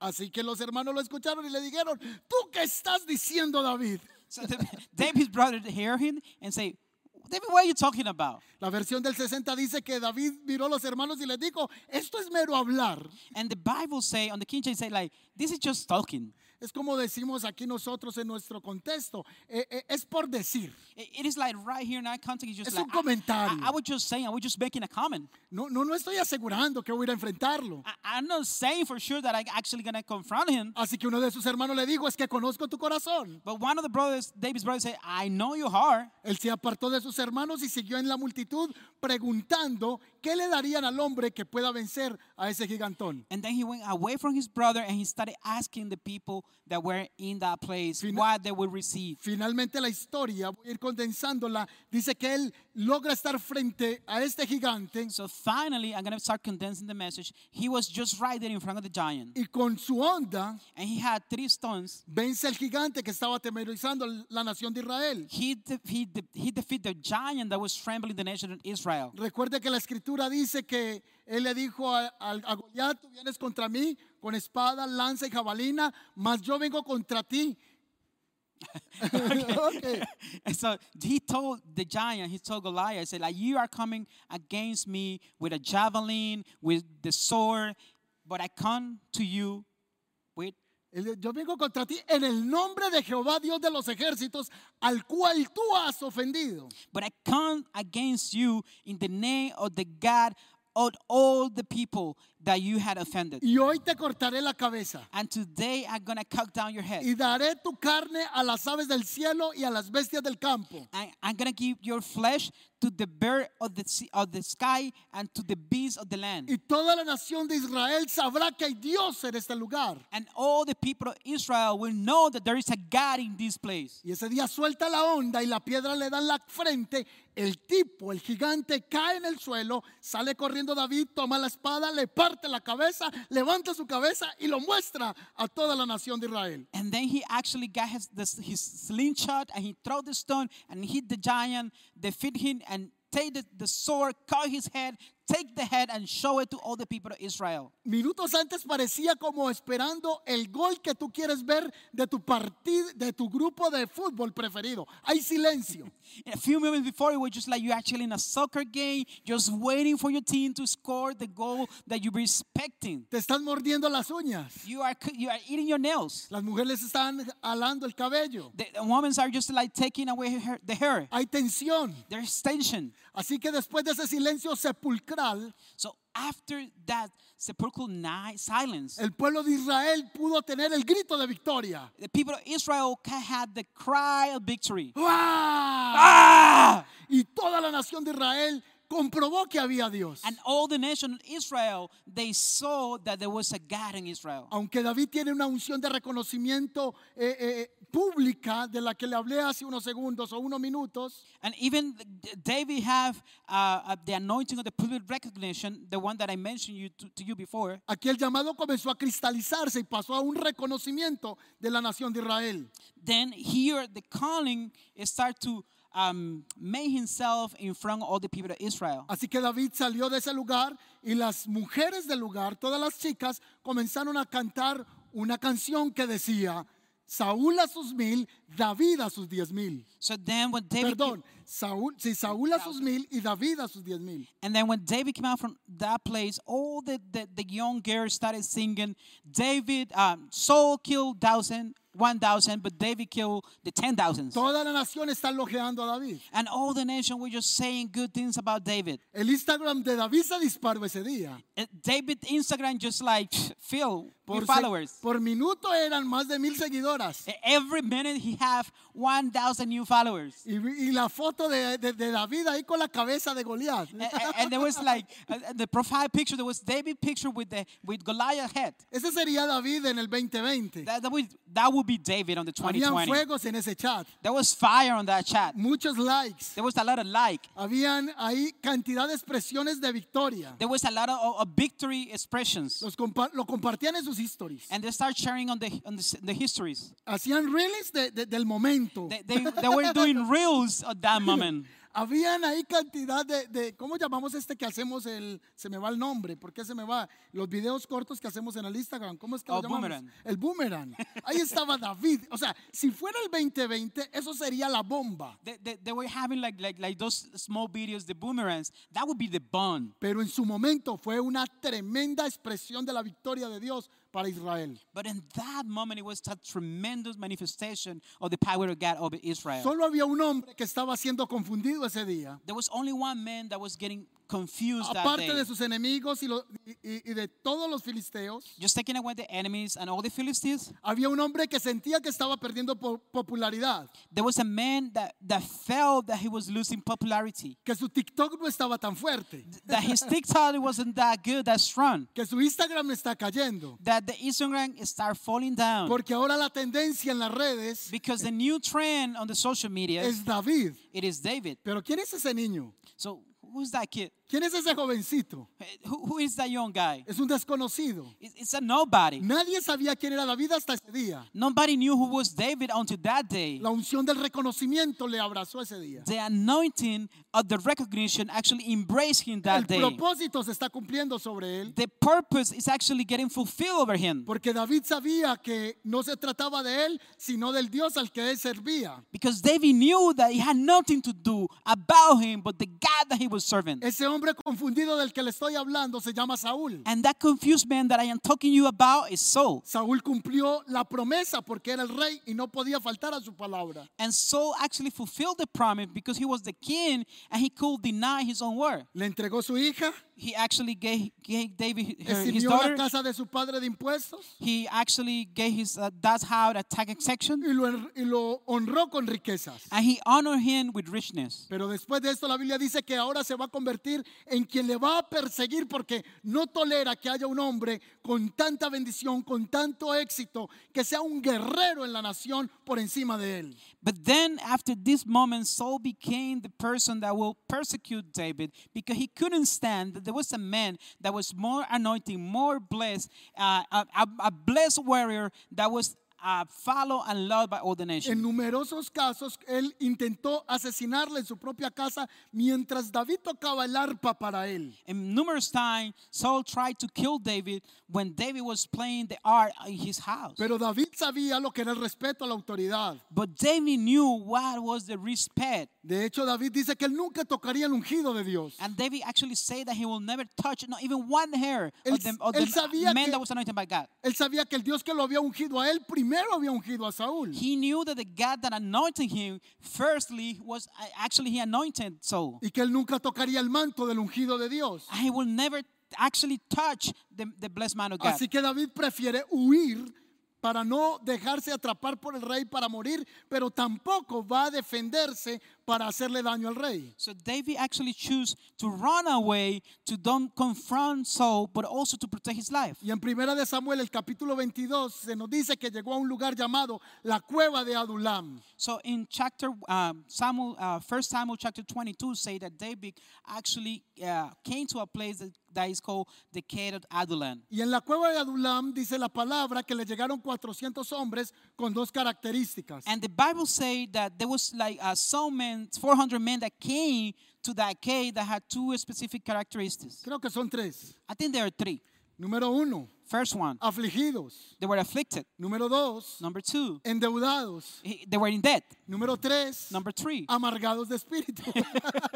[SPEAKER 1] Así que los hermanos lo escucharon y le dijeron, ¿tú qué estás diciendo, David?
[SPEAKER 2] So the, *laughs* David's brother hear him and say, David, what are you talking about?
[SPEAKER 1] La versión del 60 dice que David miró a los hermanos y les dijo, esto es mero hablar.
[SPEAKER 2] And the Bible say, on the King James say like, this is just talking.
[SPEAKER 1] Es como decimos aquí nosotros en nuestro contexto, eh, eh, es por decir.
[SPEAKER 2] It, it is like right here in our context, it's just
[SPEAKER 1] Es
[SPEAKER 2] like,
[SPEAKER 1] un
[SPEAKER 2] I,
[SPEAKER 1] comentario.
[SPEAKER 2] I, I was just saying, I was just making a comment.
[SPEAKER 1] No, no, no estoy asegurando que voy a ir a enfrentarlo.
[SPEAKER 2] I, I'm not saying for sure that i actually gonna confront him.
[SPEAKER 1] Así que uno de sus hermanos le dijo, es que conozco tu corazón.
[SPEAKER 2] But one of the brothers, David's brother, said, "I know your heart."
[SPEAKER 1] Él se apartó de sus hermanos y siguió en la multitud preguntando qué le darían al hombre que pueda vencer a ese gigantón.
[SPEAKER 2] And then he went away from his brother and he started asking the people that were in that place
[SPEAKER 1] Fina-
[SPEAKER 2] what they would receive.
[SPEAKER 1] Finalmente la historia, voy a ir condensándola, dice que él logra estar frente a este gigante
[SPEAKER 2] So finally, I'm gonna start condensing the message. He was just right there in front of the giant,
[SPEAKER 1] y con su onda
[SPEAKER 2] and he had three stones.
[SPEAKER 1] vence al gigante que estaba atemorizando la nación de Israel.
[SPEAKER 2] He de- he de- he defeated the giant that was trembling the nation of Israel.
[SPEAKER 1] Recuerde que la escritura dice que él le dijo a, a- a Goliat, tú vienes contra mí con espada, lanza y jabalina, mas yo vengo contra ti. Ok.
[SPEAKER 2] *laughs* And so he told the giant, he told Goliath, he said, like, you are coming against me with a javelin, with the sword, but I come to you with,
[SPEAKER 1] Él dijo, Yo vengo contra ti en el nombre de Jehová, Dios de los ejércitos, al cual tú has ofendido.
[SPEAKER 2] but I come against you in the name of the God of all the people, that you had offended.
[SPEAKER 1] Y hoy te cortaré la cabeza.
[SPEAKER 2] And today I'm going to cut down your head.
[SPEAKER 1] Y daré tu carne a las aves del cielo y a las bestias del campo.
[SPEAKER 2] I, I'm going to give your flesh to the bird of the, sea, of the sky and to the beasts of the land.
[SPEAKER 1] Y toda la nación de Israel sabrá que hay Dios en este lugar.
[SPEAKER 2] And all the people of Israel will know that there is a God in this place.
[SPEAKER 1] Y ese día suelta la onda y la piedra le da en la frente. El tipo, el gigante, cae en el suelo, sale corriendo David, toma la espada, le parte la cabeza, levanta su cabeza y lo muestra a toda la nación de Israel.
[SPEAKER 2] And then he actually got his, this, his slingshot and he throw the stone and hit the giant, defeat him and take the, the sword, cut his head, take the head and show it to all the people of Israel.
[SPEAKER 1] Minutos antes parecía como esperando el gol que tú quieres ver de tu partido, de tu grupo de fútbol preferido. Hay silencio.
[SPEAKER 2] A few moments before, it was just like you're actually in a soccer game, just waiting for your team to score the goal that you've been expecting.
[SPEAKER 1] Te están mordiendo las uñas.
[SPEAKER 2] You are, c- you are eating your nails.
[SPEAKER 1] Las mujeres están alando el cabello.
[SPEAKER 2] The, the women are just like taking away her, the hair.
[SPEAKER 1] Hay tensión.
[SPEAKER 2] There's tension.
[SPEAKER 1] Así que después de ese silencio sepulcral,
[SPEAKER 2] So after that sepulchral night silence,
[SPEAKER 1] el pueblo de Israel pudo tener el grito de victoria.
[SPEAKER 2] the people of Israel ca- had the cry of victory.
[SPEAKER 1] ¡Ah!
[SPEAKER 2] Ah!
[SPEAKER 1] Y toda la nación de Israel comprobó que había Dios.
[SPEAKER 2] And all the nation of Israel, they saw that there was a God in Israel.
[SPEAKER 1] Aunque David tiene una unción de reconocimiento eh, eh, pública de la que le hablé hace unos segundos o unos minutos,
[SPEAKER 2] And even D- David have uh, uh, the anointing of the public recognition, the one that I mentioned you to, to you before.
[SPEAKER 1] aquí el llamado comenzó a cristalizarse y pasó a un reconocimiento de la nación de Israel.
[SPEAKER 2] Then here the calling is start to um, make himself in front of all the people of Israel.
[SPEAKER 1] Así que David salió de ese lugar y las mujeres del lugar, todas las chicas, comenzaron a cantar una canción que decía, Saúl a sus mil, David a sus diez mil.
[SPEAKER 2] So then when David, came-
[SPEAKER 1] Perdón, Saúl, sí, Saúl a sus mil y David a sus diez mil.
[SPEAKER 2] and then when David came out from that place, all the, the, the young girls started singing. David, um, Saul killed thousand, one thousand, but David killed the ten thousands.
[SPEAKER 1] Toda la nación está elogiando a David.
[SPEAKER 2] And all the nation were just saying good things about David.
[SPEAKER 1] El Instagram de David se disparó ese día.
[SPEAKER 2] Uh, David Instagram just like Phil
[SPEAKER 1] Por,
[SPEAKER 2] with
[SPEAKER 1] se-
[SPEAKER 2] followers.
[SPEAKER 1] por minuto eran más de mil seguidoras.
[SPEAKER 2] E- Every minute he have 1,000 new followers.
[SPEAKER 1] Y, vi- y la foto de, de- de David ahí con la cabeza de Goliat.
[SPEAKER 2] A- a- E, and there was like *laughs* uh, uh, the profile picture. There was David picture with the with Goliath head.
[SPEAKER 1] Ese sería David en el 2020.
[SPEAKER 2] That, that would that would be David on the
[SPEAKER 1] Habían
[SPEAKER 2] 2020.
[SPEAKER 1] fuegos en ese chat,
[SPEAKER 2] There was fire on that chat.
[SPEAKER 1] muchos likes.
[SPEAKER 2] There was a lot of like.
[SPEAKER 1] Habían ahí cantidad de expresiones de victoria.
[SPEAKER 2] There was a lot of, of victory expressions.
[SPEAKER 1] Los compa- lo compartían en sus stories.
[SPEAKER 2] And they start sharing on the on the, s- the histories.
[SPEAKER 1] Hacían reels de- de- del momento.
[SPEAKER 2] They, they, they were
[SPEAKER 1] *laughs*
[SPEAKER 2] doing reels at that moment.
[SPEAKER 1] Habían ahí cantidad de, de- ¿cómo llamamos este que hacemos el, se me va el nombre, ¿por qué se me va? Los videos cortos que hacemos en el Instagram, ¿cómo es que lo
[SPEAKER 2] Oh,
[SPEAKER 1] llamamos?
[SPEAKER 2] boomerang.
[SPEAKER 1] El boomerang. Ahí
[SPEAKER 2] *laughs*
[SPEAKER 1] estaba David. O sea, si fuera el 2020, eso sería la bomba.
[SPEAKER 2] They, they, they were having like, like like those small videos, the boomerangs. That would be the bun.
[SPEAKER 1] Pero en su momento fue una tremenda expresión de la victoria de Dios para Israel.
[SPEAKER 2] But in that moment, it was a tremendous manifestation of the power of God over Israel.
[SPEAKER 1] Solo había un hombre que estaba siendo confundido ese día.
[SPEAKER 2] there was only one man that was getting confused that
[SPEAKER 1] Aparte
[SPEAKER 2] day.
[SPEAKER 1] de sus enemigos y, lo- y- y- y de todos los filisteos,
[SPEAKER 2] Just taking away the enemies and all the Philistines,
[SPEAKER 1] había un hombre que sentía que estaba perdiendo po- popularidad,
[SPEAKER 2] there was a man that, that felt that he was losing popularity,
[SPEAKER 1] que su TikTok no estaba tan fuerte,
[SPEAKER 2] that his TikTok wasn't that good, that strong,
[SPEAKER 1] que su Instagram está cayendo,
[SPEAKER 2] that the Instagram started falling down.
[SPEAKER 1] porque ahora la tendencia en las redes
[SPEAKER 2] because the new trend on the social media,
[SPEAKER 1] es David.
[SPEAKER 2] it is David.
[SPEAKER 1] Pero ¿quién es ese niño?
[SPEAKER 2] So who's that kid?
[SPEAKER 1] ¿Quién es ese jovencito?
[SPEAKER 2] Who, who is that young guy?
[SPEAKER 1] Es un desconocido.
[SPEAKER 2] It's, it's a nobody.
[SPEAKER 1] Nadie sabía quién era David hasta ese día.
[SPEAKER 2] Nobody knew who was David until that day.
[SPEAKER 1] La unción del reconocimiento le abrazó ese día.
[SPEAKER 2] The anointing of the recognition actually embraced him
[SPEAKER 1] El
[SPEAKER 2] that day.
[SPEAKER 1] propósito se está cumpliendo sobre él.
[SPEAKER 2] The purpose is actually getting fulfilled over him
[SPEAKER 1] Porque David sabía que no se trataba de él, sino del Dios al que él servía.
[SPEAKER 2] because David knew that he had nothing to do about him but the God that he was serving.
[SPEAKER 1] Ese hombre confundido del que le estoy hablando se llama Saúl.
[SPEAKER 2] And that confused man that I am talking you about is Saul.
[SPEAKER 1] Saúl cumplió la promesa porque era el rey y no podía faltar a su palabra.
[SPEAKER 2] And Saul actually fulfilled the promise because he was the king and he could deny his own word.
[SPEAKER 1] Le entregó su hija,
[SPEAKER 2] He actually gave, gave David her- his
[SPEAKER 1] eximió la
[SPEAKER 2] daughter.
[SPEAKER 1] casa de su padre de impuestos
[SPEAKER 2] He actually gave his uh, dad's house a tax section
[SPEAKER 1] y lo, en- y lo honró con riquezas.
[SPEAKER 2] and he honored him with richness.
[SPEAKER 1] Pero después de esto la Biblia dice que ahora se va a convertir en quien le va a perseguir porque no tolera que haya un hombre con tanta bendición, con tanto éxito, que sea un guerrero en la nación por encima de él.
[SPEAKER 2] But then, after this moment, Saul became the person that will persecute David because he couldn't stand that there was a man that was more anointing, more blessed, uh, a, a- a blessed warrior that was uh, followed and loved by all the
[SPEAKER 1] En
[SPEAKER 2] nations.
[SPEAKER 1] numerosos casos él intentó asesinarle en su propia casa mientras David tocaba el arpa para él.
[SPEAKER 2] And numerous times, Saul tried to kill David when David was playing the art in his house.
[SPEAKER 1] Pero David sabía lo que era el respeto a la autoridad.
[SPEAKER 2] But David knew what was the respect.
[SPEAKER 1] De hecho, David dice que él nunca tocaría el ungido de Dios.
[SPEAKER 2] And David actually said that he will never touch, not even one hair
[SPEAKER 1] Él-
[SPEAKER 2] of the, of
[SPEAKER 1] él
[SPEAKER 2] the
[SPEAKER 1] sabía
[SPEAKER 2] man
[SPEAKER 1] que-
[SPEAKER 2] that was anointed by God.
[SPEAKER 1] Él sabía que el Dios que lo había ungido a él primero había ungido a Saúl.
[SPEAKER 2] he knew that the God that anointed him firstly was uh, actually he anointed Saul.
[SPEAKER 1] y que él nunca tocaría el manto del ungido de Dios.
[SPEAKER 2] He will never actually touch the, the blessed man of God.
[SPEAKER 1] Así que David prefiere huir para no dejarse atrapar por el rey para morir, pero tampoco va a defenderse para hacerle daño al rey.
[SPEAKER 2] so David actually chose to run away, to don't confront Saul, but also to protect his life.
[SPEAKER 1] Y en Primera de Samuel, el capítulo 22, se nos dice que llegó a un lugar llamado la cueva de Adulam.
[SPEAKER 2] So in chapter um, Samuel, uh, First Samuel chapter 22, say that David actually uh, came to a place that, that is called the Cave of Adullam.
[SPEAKER 1] Y en la cueva de Adulam dice la palabra que le llegaron 400 hombres con dos características.
[SPEAKER 2] And the Bible say that there was like uh, some men, 400 men that came to that cave that had two specific characteristics.
[SPEAKER 1] Creo que son tres.
[SPEAKER 2] I think there are three.
[SPEAKER 1] Número uno,
[SPEAKER 2] First one,
[SPEAKER 1] afligidos.
[SPEAKER 2] they were afflicted.
[SPEAKER 1] Número dos,
[SPEAKER 2] Number two,
[SPEAKER 1] endeudados.
[SPEAKER 2] he- they were in debt.
[SPEAKER 1] Número tres, *laughs*
[SPEAKER 2] Number three, *laughs*
[SPEAKER 1] amargados de espíritu. *laughs*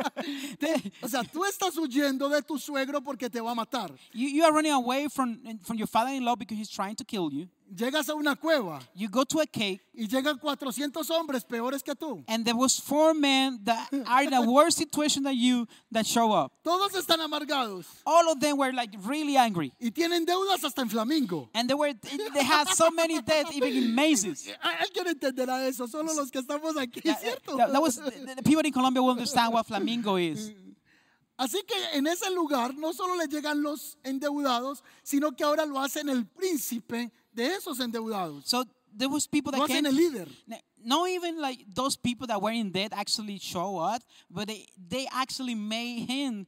[SPEAKER 2] they-
[SPEAKER 1] o sea, tú estás huyendo de tu suegro porque te va a matar.
[SPEAKER 2] you, you are running away from, from your father-in-law because he's trying to kill you.
[SPEAKER 1] Llegas a una cueva
[SPEAKER 2] You go to a cave
[SPEAKER 1] y llegan 400 hombres peores que tú.
[SPEAKER 2] and there was four men that are in a worse situation than you that show up.
[SPEAKER 1] Todos están amargados
[SPEAKER 2] All of them were like really angry.
[SPEAKER 1] y tienen deudas hasta en Flamingo.
[SPEAKER 2] And they were they had so many debts even in
[SPEAKER 1] *laughs*
[SPEAKER 2] mazes.
[SPEAKER 1] A- Alguien entenderá eso, solo los que estamos aquí,
[SPEAKER 2] Yeah, yeah,
[SPEAKER 1] ¿cierto? Mm.
[SPEAKER 2] that- that was- the, the people in Colombia will understand what flamingo is.
[SPEAKER 1] Así que en ese lugar no solo le llegan los endeudados, sino que ahora lo hacen el príncipe de esos endeudados.
[SPEAKER 2] So there was people that
[SPEAKER 1] Lo hacen
[SPEAKER 2] came.
[SPEAKER 1] el líder.
[SPEAKER 2] N- Not even like those people that were in debt actually show up, but they, they actually made him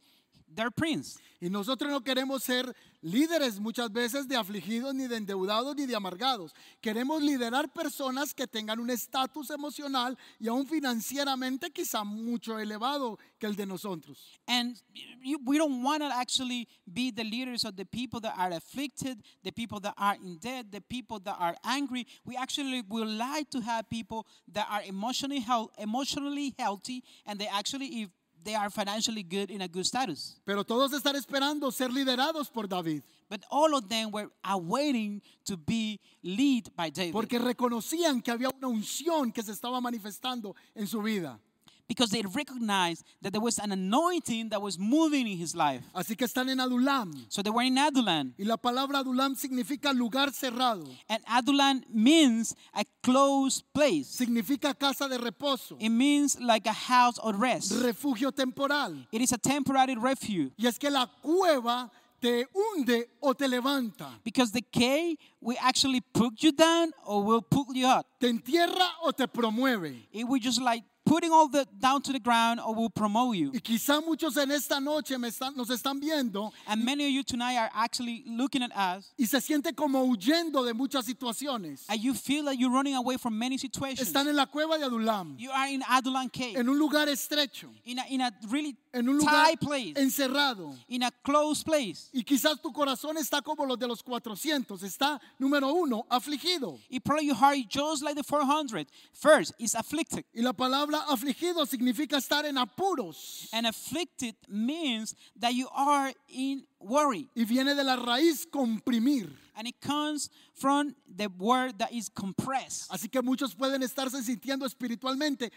[SPEAKER 2] their prince.
[SPEAKER 1] Y nosotros no queremos ser líderes muchas veces de afligidos, ni de endeudados, ni de amargados. Queremos liderar personas que tengan un estatus emocional y aún financieramente quizá mucho elevado que el de nosotros.
[SPEAKER 2] And you, we don't want to actually be the leaders of the people that are afflicted, the people that are in debt, the people that are angry. We actually would like to have people that are emotionally health, emotionally healthy, and they actually if they are financially good in a good status.
[SPEAKER 1] Pero todos están esperando ser liderados por David,
[SPEAKER 2] But all of them were awaiting to be led by David
[SPEAKER 1] porque reconocían que había una unción que se estaba manifestando en su vida.
[SPEAKER 2] because they recognized that there was an anointing that was moving in his life.
[SPEAKER 1] Así que están en Adulam.
[SPEAKER 2] So they were in Adulam,
[SPEAKER 1] Y la palabra Adulam significa lugar cerrado,
[SPEAKER 2] and Adulam means a closed place.
[SPEAKER 1] significa casa de reposo,
[SPEAKER 2] It means like a house of rest.
[SPEAKER 1] refugio temporal.
[SPEAKER 2] It is a temporary refuge
[SPEAKER 1] Y es que la cueva te hunde o te levanta,
[SPEAKER 2] because the cave will actually put you down or will put you up.
[SPEAKER 1] te entierra o te promueve.
[SPEAKER 2] It will just like putting all the down to the ground or will promote you.
[SPEAKER 1] Y quizá muchos en esta noche me están- nos están viendo
[SPEAKER 2] And many of you tonight are actually looking at us
[SPEAKER 1] y se siente como huyendo de muchas situaciones.
[SPEAKER 2] and you feel that you're running away from many situations.
[SPEAKER 1] Están en la cueva de Adulam,
[SPEAKER 2] You are in Adulan Cave,
[SPEAKER 1] en un lugar estrecho,
[SPEAKER 2] in a, in a really
[SPEAKER 1] en un lugar
[SPEAKER 2] tight place,
[SPEAKER 1] encerrado.
[SPEAKER 2] in a closed place.
[SPEAKER 1] Y quizás tu corazón está como los de los 400, está número uno, afligido.
[SPEAKER 2] It probably your heart is just like the 400. First, it's afflicted.
[SPEAKER 1] Y la palabra afligido significa estar en apuros.
[SPEAKER 2] And afflicted means that you are in worry.
[SPEAKER 1] Y viene de la raíz comprimir.
[SPEAKER 2] And it comes from the word that is compressed.
[SPEAKER 1] Así que muchos pueden estarse sintiendo espiritualmente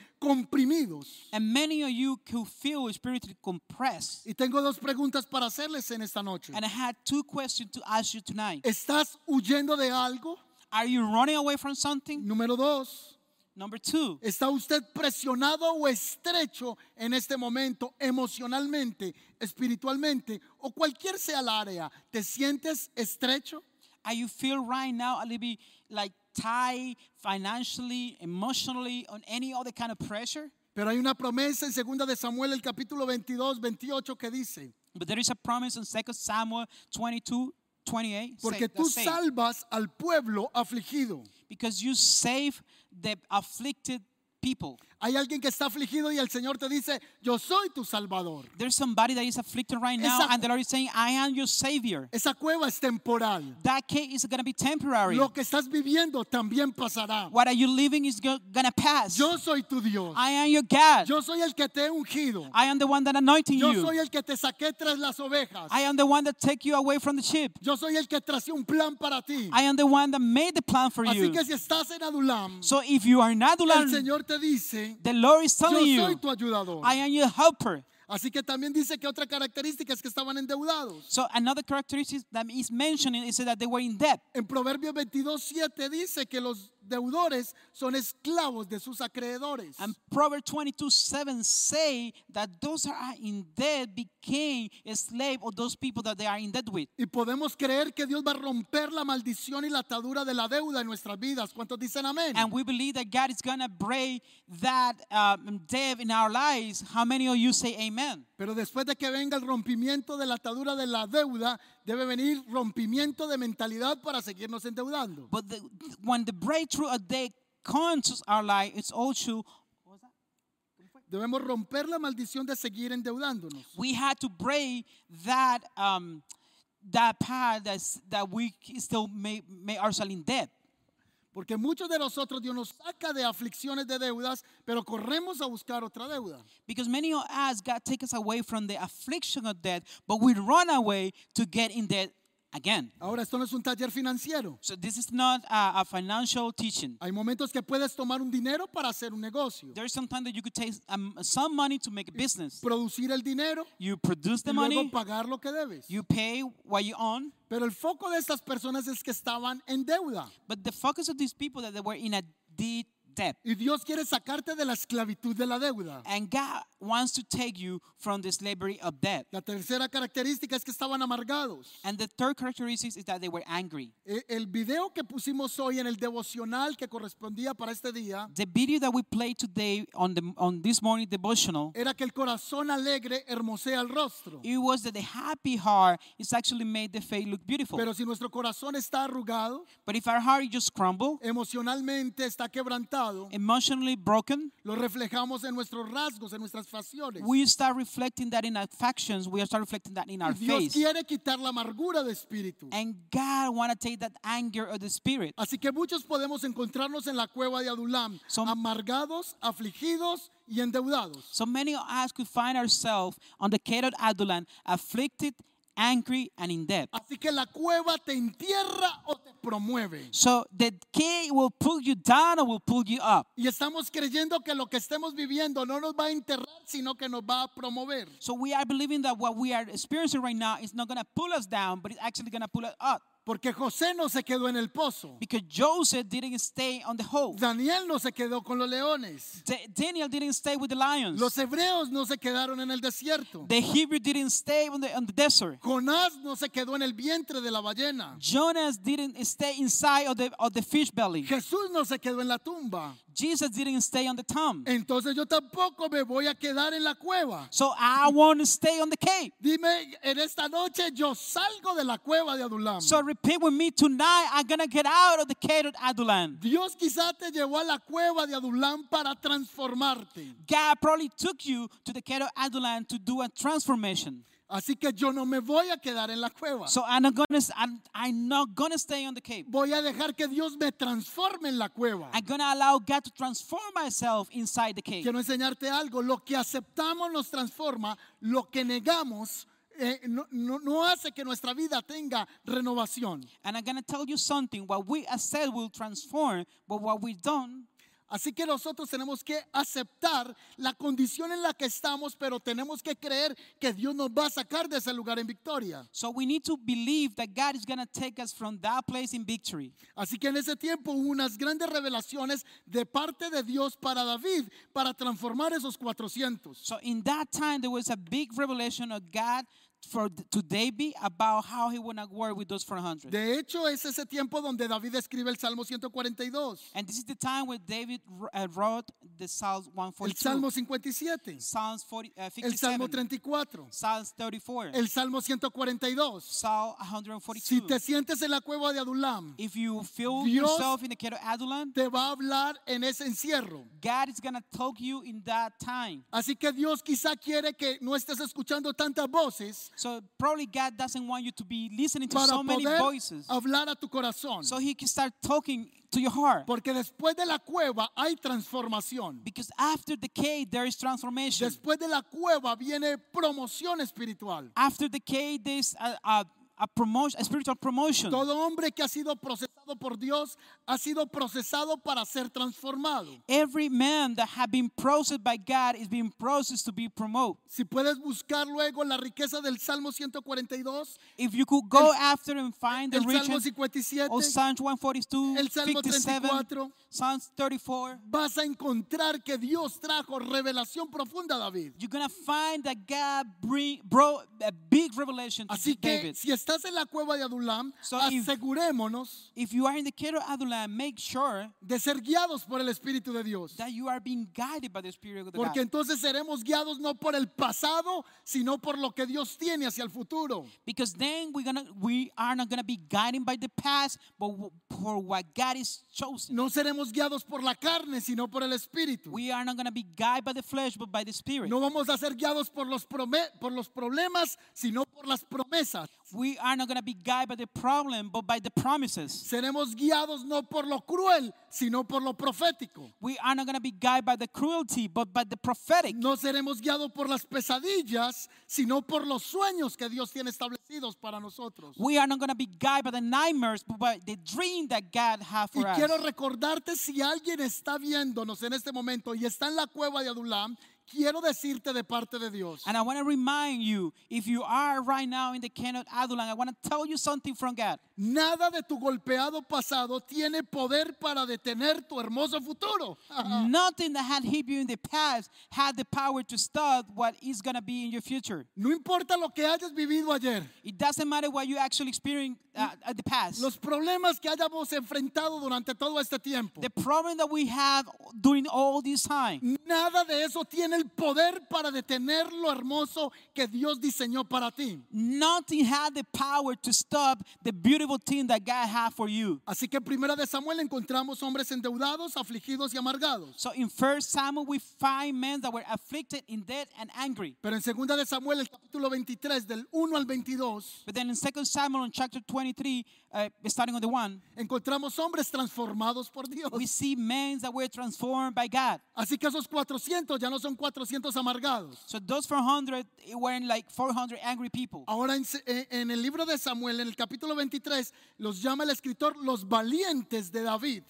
[SPEAKER 1] comprimidos.
[SPEAKER 2] And many of you could feel spiritually compressed.
[SPEAKER 1] Y tengo dos preguntas para hacerles en esta noche.
[SPEAKER 2] And I had two questions to ask you tonight.
[SPEAKER 1] ¿Estás huyendo de algo?
[SPEAKER 2] Are you running away from something?
[SPEAKER 1] Número dos,
[SPEAKER 2] Number two,
[SPEAKER 1] ¿está usted presionado o estrecho en este momento emocionalmente, espiritualmente o cualquier sea la área? ¿Te sientes estrecho?
[SPEAKER 2] are you feel right now a little bit like tied financially, emotionally, on any other kind of pressure?
[SPEAKER 1] Pero hay una promesa en 2 de Samuel, el capítulo 22, 28 que dice,
[SPEAKER 2] But there is a promise in 2 Samuel 22, 28. say-
[SPEAKER 1] porque
[SPEAKER 2] that
[SPEAKER 1] tú
[SPEAKER 2] say,
[SPEAKER 1] salvas al pueblo afligido.
[SPEAKER 2] because you save the afflicted people.
[SPEAKER 1] Hay alguien que está afligido y el Señor te dice, yo soy tu salvador.
[SPEAKER 2] There's somebody that is afflicted right now,
[SPEAKER 1] Esa-
[SPEAKER 2] and the Lord is saying, I am your savior.
[SPEAKER 1] Esa cueva es temporal.
[SPEAKER 2] That case is going to be temporary.
[SPEAKER 1] Lo que estás viviendo también pasará.
[SPEAKER 2] What are you living is going to pass.
[SPEAKER 1] Yo soy tu Dios.
[SPEAKER 2] I am your God.
[SPEAKER 1] Yo soy el que te he ungido.
[SPEAKER 2] I am the one that anointed
[SPEAKER 1] Yo
[SPEAKER 2] you.
[SPEAKER 1] soy el que te saqué tras las ovejas.
[SPEAKER 2] I am the one that take you away from the sheep.
[SPEAKER 1] Yo soy el que tracé un plan para ti.
[SPEAKER 2] I am the one that made the plan for
[SPEAKER 1] Así
[SPEAKER 2] you.
[SPEAKER 1] que si estás en Adulam,
[SPEAKER 2] So if you are not
[SPEAKER 1] el
[SPEAKER 2] learning,
[SPEAKER 1] Señor te dice,
[SPEAKER 2] the Lord is
[SPEAKER 1] yo
[SPEAKER 2] telling
[SPEAKER 1] soy
[SPEAKER 2] you,
[SPEAKER 1] tu ayudador.
[SPEAKER 2] I am your helper.
[SPEAKER 1] Así que también dice que otra característica es que estaban endeudados.
[SPEAKER 2] So another characteristic that is mentioning is that they were in debt.
[SPEAKER 1] En Proverbios 22, 7 dice que los deudores son esclavos de sus acreedores.
[SPEAKER 2] And Proverbs 22, 7 say that those that are in debt became a slave of those people that they are in debt with.
[SPEAKER 1] Y podemos creer que Dios va a romper la maldición y la atadura de la deuda en nuestras vidas. ¿Cuántos dicen amén?
[SPEAKER 2] And we believe that God is going to break that um, debt in our lives. How many of you say amen?
[SPEAKER 1] Pero después de que venga el rompimiento de la atadura de la deuda, debe venir rompimiento de mentalidad para seguirnos endeudando.
[SPEAKER 2] But the, when the breakthrough of debt comes to our life, it's also
[SPEAKER 1] Debemos romper la maldición de seguir endeudándonos.
[SPEAKER 2] we had to break that um, that path that's, that we still may, may ourselves in debt.
[SPEAKER 1] Porque muchos de nosotros Dios nos saca de aflicciones de deudas, pero corremos a buscar otra deuda.
[SPEAKER 2] Because many of us, God take us away from the affliction of debt, but we run away to get in debt again.
[SPEAKER 1] Ahora, esto no es un taller financiero.
[SPEAKER 2] So this is not a, a financial teaching.
[SPEAKER 1] Hay momentos que puedes tomar un dinero para hacer un negocio,
[SPEAKER 2] There's sometimes that you could take um, some money to make a business.
[SPEAKER 1] producir el dinero
[SPEAKER 2] You produce
[SPEAKER 1] y
[SPEAKER 2] the
[SPEAKER 1] luego
[SPEAKER 2] money,
[SPEAKER 1] pagar lo que debes.
[SPEAKER 2] you pay what you own,
[SPEAKER 1] Pero el foco de estas personas es que estaban en deuda.
[SPEAKER 2] but the focus of these people that they were in a deep debt.
[SPEAKER 1] Y Dios quiere sacarte de la esclavitud de la deuda.
[SPEAKER 2] And God wants to take you from the slavery of debt.
[SPEAKER 1] La tercera característica es que estaban amargados.
[SPEAKER 2] And the third characteristic is that they were angry.
[SPEAKER 1] E- El video que pusimos hoy en el devocional que correspondía para este día
[SPEAKER 2] The video that we played today on the on this morning devotional,
[SPEAKER 1] era que el corazón alegre hermosea el rostro.
[SPEAKER 2] it was that the happy heart is actually made the face look beautiful.
[SPEAKER 1] Pero si nuestro corazón está arrugado,
[SPEAKER 2] but if our heart just crumble,
[SPEAKER 1] emocionalmente está quebrantado,
[SPEAKER 2] emotionally broken,
[SPEAKER 1] lo reflejamos en nuestros rasgos, en nuestras facciones.
[SPEAKER 2] we start reflecting that in our factions. We start reflecting that in our
[SPEAKER 1] Y Dios
[SPEAKER 2] face.
[SPEAKER 1] quiere quitar la amargura de espíritu.
[SPEAKER 2] And God want to take that anger of the spirit.
[SPEAKER 1] Así que muchos podemos encontrarnos en la cueva de Adulam,
[SPEAKER 2] Som-
[SPEAKER 1] amargados, afligidos y endeudados.
[SPEAKER 2] So many of us could find ourselves on the Cato Adulan, afflicted, angry, and in debt.
[SPEAKER 1] Así que la cueva te entierra o te promueve.
[SPEAKER 2] So the key will pull you down or will pull you up.
[SPEAKER 1] Y estamos creyendo que lo que estemos viviendo no nos va a enterrar, sino que nos va a promover.
[SPEAKER 2] So we are believing that what we are experiencing right now is not going to pull us down, but it's actually going to pull us up.
[SPEAKER 1] Porque José no se quedó en el pozo.
[SPEAKER 2] Because Joseph didn't stay on the hole.
[SPEAKER 1] Daniel no se quedó con los leones.
[SPEAKER 2] Da- Daniel didn't stay with the lions.
[SPEAKER 1] Los hebreos no se quedaron en el desierto.
[SPEAKER 2] the Hebrew didn't stay on the, on the desert.
[SPEAKER 1] Jonás no se quedó en el vientre de la ballena.
[SPEAKER 2] Jonas didn't stay inside of the, of the fish belly.
[SPEAKER 1] Jesús no se quedó en la tumba.
[SPEAKER 2] Jesus didn't stay on the tomb.
[SPEAKER 1] Entonces yo tampoco me voy a quedar en la cueva.
[SPEAKER 2] So I want to stay on the cave.
[SPEAKER 1] Dime, en esta noche yo salgo de la cueva de Adulam.
[SPEAKER 2] So repeat with me tonight. I'm going to get out of the cave of Adulan.
[SPEAKER 1] Dios quizá te llevó a la cueva de Adulam para transformarte.
[SPEAKER 2] God probably took you to the Cato Adulan to do a transformation.
[SPEAKER 1] Así que yo no me voy a quedar en la cueva.
[SPEAKER 2] So I'm not gonna I'm, I'm not gonna stay on the cave.
[SPEAKER 1] Voy a dejar que Dios me transforme en la cueva.
[SPEAKER 2] I'm gonna allow God to transform myself inside the cave.
[SPEAKER 1] Quiero enseñarte algo. Lo que aceptamos nos transforma. Lo que negamos eh, no, no- no hace que nuestra vida tenga renovación.
[SPEAKER 2] And I'm gonna tell you something. What we accept will transform, but what we don't,
[SPEAKER 1] Así que nosotros tenemos que aceptar la condición en la que estamos, pero tenemos que creer que Dios nos va a sacar de ese lugar en victoria.
[SPEAKER 2] so we need to believe that God is gonna take us from that place in victory.
[SPEAKER 1] Así que en ese tiempo hubo unas grandes revelaciones de parte de Dios para David para transformar esos 400.
[SPEAKER 2] So in that time, there was a big revelation of God for to David about how he wanna work with those 400.
[SPEAKER 1] De hecho, es ese tiempo donde David escribe el Salmo 142,
[SPEAKER 2] And this is the time where David uh, wrote the Psalms
[SPEAKER 1] el
[SPEAKER 2] 142,
[SPEAKER 1] Salmo 57,
[SPEAKER 2] Psalms 40, uh,
[SPEAKER 1] el Salmo
[SPEAKER 2] 57,
[SPEAKER 1] 34,
[SPEAKER 2] Psalms 34,
[SPEAKER 1] el Salmo 142.
[SPEAKER 2] Psalm
[SPEAKER 1] Si
[SPEAKER 2] 142.
[SPEAKER 1] te sientes en la cueva de Adulam,
[SPEAKER 2] if you feel
[SPEAKER 1] Dios-
[SPEAKER 2] yourself in the Keter Adulam,
[SPEAKER 1] te va a hablar en ese encierro.
[SPEAKER 2] God is going to talk you in that time.
[SPEAKER 1] Así que Dios quizá quiere que no estés escuchando tantas voces
[SPEAKER 2] So probably God doesn't want you to be listening to
[SPEAKER 1] para
[SPEAKER 2] so many
[SPEAKER 1] poder
[SPEAKER 2] voices.
[SPEAKER 1] hablar a tu corazón.
[SPEAKER 2] So he can start talking to your heart.
[SPEAKER 1] Porque después de la cueva hay transformación.
[SPEAKER 2] Because after the cave, there is transformation.
[SPEAKER 1] Después de la cueva viene promoción espiritual.
[SPEAKER 2] after the cave, there's a, a, a promotion, a spiritual promotion.
[SPEAKER 1] Todo hombre que ha sido procesado por Dios ha sido procesado para ser transformado.
[SPEAKER 2] Every man that had been processed by God is being processed to be promoted.
[SPEAKER 1] Si puedes buscar luego la riqueza del Salmo 142,
[SPEAKER 2] If you could go after and find the
[SPEAKER 1] el Salmo
[SPEAKER 2] riches
[SPEAKER 1] 57,
[SPEAKER 2] of Psalms 142,
[SPEAKER 1] el Salmo
[SPEAKER 2] 57,
[SPEAKER 1] 34.
[SPEAKER 2] Psalms 34,
[SPEAKER 1] vas a encontrar que Dios trajo revelación profunda a David.
[SPEAKER 2] you're gonna find that God bring, brought a big revelation to
[SPEAKER 1] Así que
[SPEAKER 2] David.
[SPEAKER 1] si estás en la cueva de Adulam,
[SPEAKER 2] So if-
[SPEAKER 1] asegurémonos
[SPEAKER 2] If you are in the care of Adulam, make sure
[SPEAKER 1] de ser guiados por el Espíritu de Dios.
[SPEAKER 2] that you are being guided by the Spirit of the
[SPEAKER 1] Porque
[SPEAKER 2] God.
[SPEAKER 1] entonces seremos guiados no por el pasado, sino por lo que Dios tiene hacia el futuro.
[SPEAKER 2] Because then we're gonna we are not gonna be guided by the past, but w- for what God is chosen.
[SPEAKER 1] No seremos guiados por la carne, sino por el Espíritu.
[SPEAKER 2] We are not gonna be guided by the flesh, but by the Spirit.
[SPEAKER 1] No vamos a ser guiados por los, prome- por los problemas, sino por las promesas.
[SPEAKER 2] We are not going to be guided by the problem, but by the promises.
[SPEAKER 1] Seremos guiados no por lo cruel, sino por lo profético.
[SPEAKER 2] We are not going to be guided by the cruelty, but by the prophetic.
[SPEAKER 1] No seremos guiados por las pesadillas, sino por los sueños que Dios tiene establecidos para nosotros.
[SPEAKER 2] We are not going to be guided by the nightmares, but by the dream that God has
[SPEAKER 1] Y
[SPEAKER 2] for us.
[SPEAKER 1] quiero recordarte si alguien está viéndonos en este momento y está en la cueva de Adulam, quiero decirte de parte de Dios,
[SPEAKER 2] And I want to remind you, if you are right now in the camp of Adulam, I want to tell you something from God.
[SPEAKER 1] nada de tu golpeado pasado tiene poder para detener tu hermoso futuro. *laughs*
[SPEAKER 2] Nothing that had hit you in the past had the power to stop what is going to be in your future.
[SPEAKER 1] No importa lo que hayas vivido ayer,
[SPEAKER 2] It doesn't matter what you actually experienced uh, at the past.
[SPEAKER 1] los problemas que hayamos enfrentado durante todo este tiempo,
[SPEAKER 2] The problem that we have during all this time.
[SPEAKER 1] nada de eso tiene el poder para detener lo hermoso que Dios diseñó para ti.
[SPEAKER 2] Nothing had the power to stop the beautiful thing that God had for you.
[SPEAKER 1] Así que en primera de Samuel encontramos hombres endeudados, afligidos y amargados.
[SPEAKER 2] So in First Samuel, we find men that were afflicted in debt and angry.
[SPEAKER 1] Pero en segunda de Samuel, el capítulo 23, del 1 al 22,
[SPEAKER 2] But then in Second Samuel, in chapter 23, uh, starting on the one,
[SPEAKER 1] encontramos hombres transformados por Dios.
[SPEAKER 2] we see men that were transformed by God.
[SPEAKER 1] Así que esos 400 ya no son 400 amargados.
[SPEAKER 2] So those 400 it weren't like 400 angry people.
[SPEAKER 1] Ahora en, se- eh, en el libro de Samuel, en el capítulo 23, los llama el escritor los valientes de David.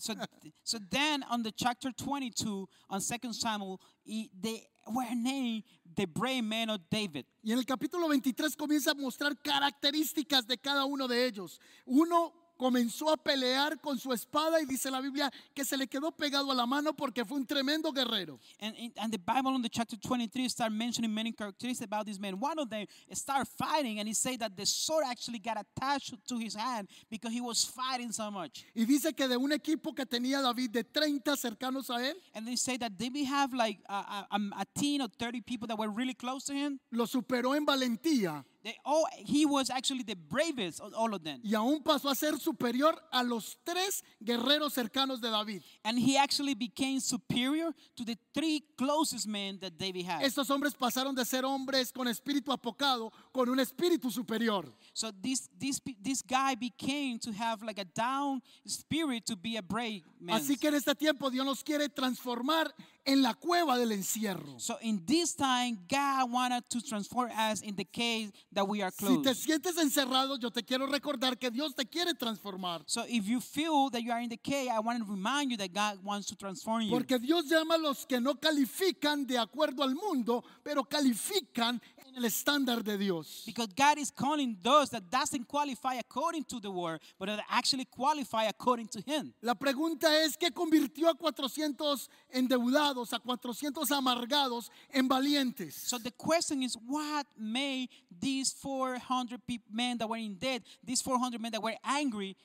[SPEAKER 2] So, so then on the chapter 22, on Second Samuel, he- they were named the brave men of David.
[SPEAKER 1] Y en el capítulo 23 comienza a mostrar características de cada uno de ellos. Uno comenzó a pelear con su espada y dice la Biblia que se le quedó pegado a la mano porque fue un tremendo guerrero.
[SPEAKER 2] And, and- and the Bible in the chapter 23 start mentioning many characteristics about this man. One of them start fighting and he said that the sword actually got attached to his hand because he was fighting so much.
[SPEAKER 1] Y dice que de un equipo que tenía David de 30 cercanos a él,
[SPEAKER 2] And they say that they may have like a, a, um, a teen or 30 people that were really close to him.
[SPEAKER 1] lo superó en valentía
[SPEAKER 2] They all, he was actually the bravest of all of them.
[SPEAKER 1] y aún pasó a ser superior a los tres guerreros cercanos de David.
[SPEAKER 2] And he actually became superior to the three closest men that David had.
[SPEAKER 1] Estos hombres pasaron de ser hombres con espíritu apocado con un espíritu superior.
[SPEAKER 2] so this, this, pe- this guy became to have like a down spirit to be a brave man.
[SPEAKER 1] Así que en este tiempo Dios nos quiere transformar en la cueva del encierro.
[SPEAKER 2] so in this time, God wanted to transform us in the case that we are
[SPEAKER 1] Si
[SPEAKER 2] closed.
[SPEAKER 1] te sientes encerrado, yo te quiero recordar que Dios te quiere transformar.
[SPEAKER 2] so if you feel that you are in the cave, I want to remind you that God wants to transform you.
[SPEAKER 1] Porque Dios llama a los que no califican de acuerdo al mundo, pero califican en el estándar de Dios.
[SPEAKER 2] Because God is calling those that doesn't qualify according to the word, but that actually qualify according to Him.
[SPEAKER 1] La pregunta es, ¿qué convirtió a 400 endeudados, a 400 amargados en valientes?
[SPEAKER 2] So the question is, what made these 400 peop men that were in debt, these 400 men that were angry,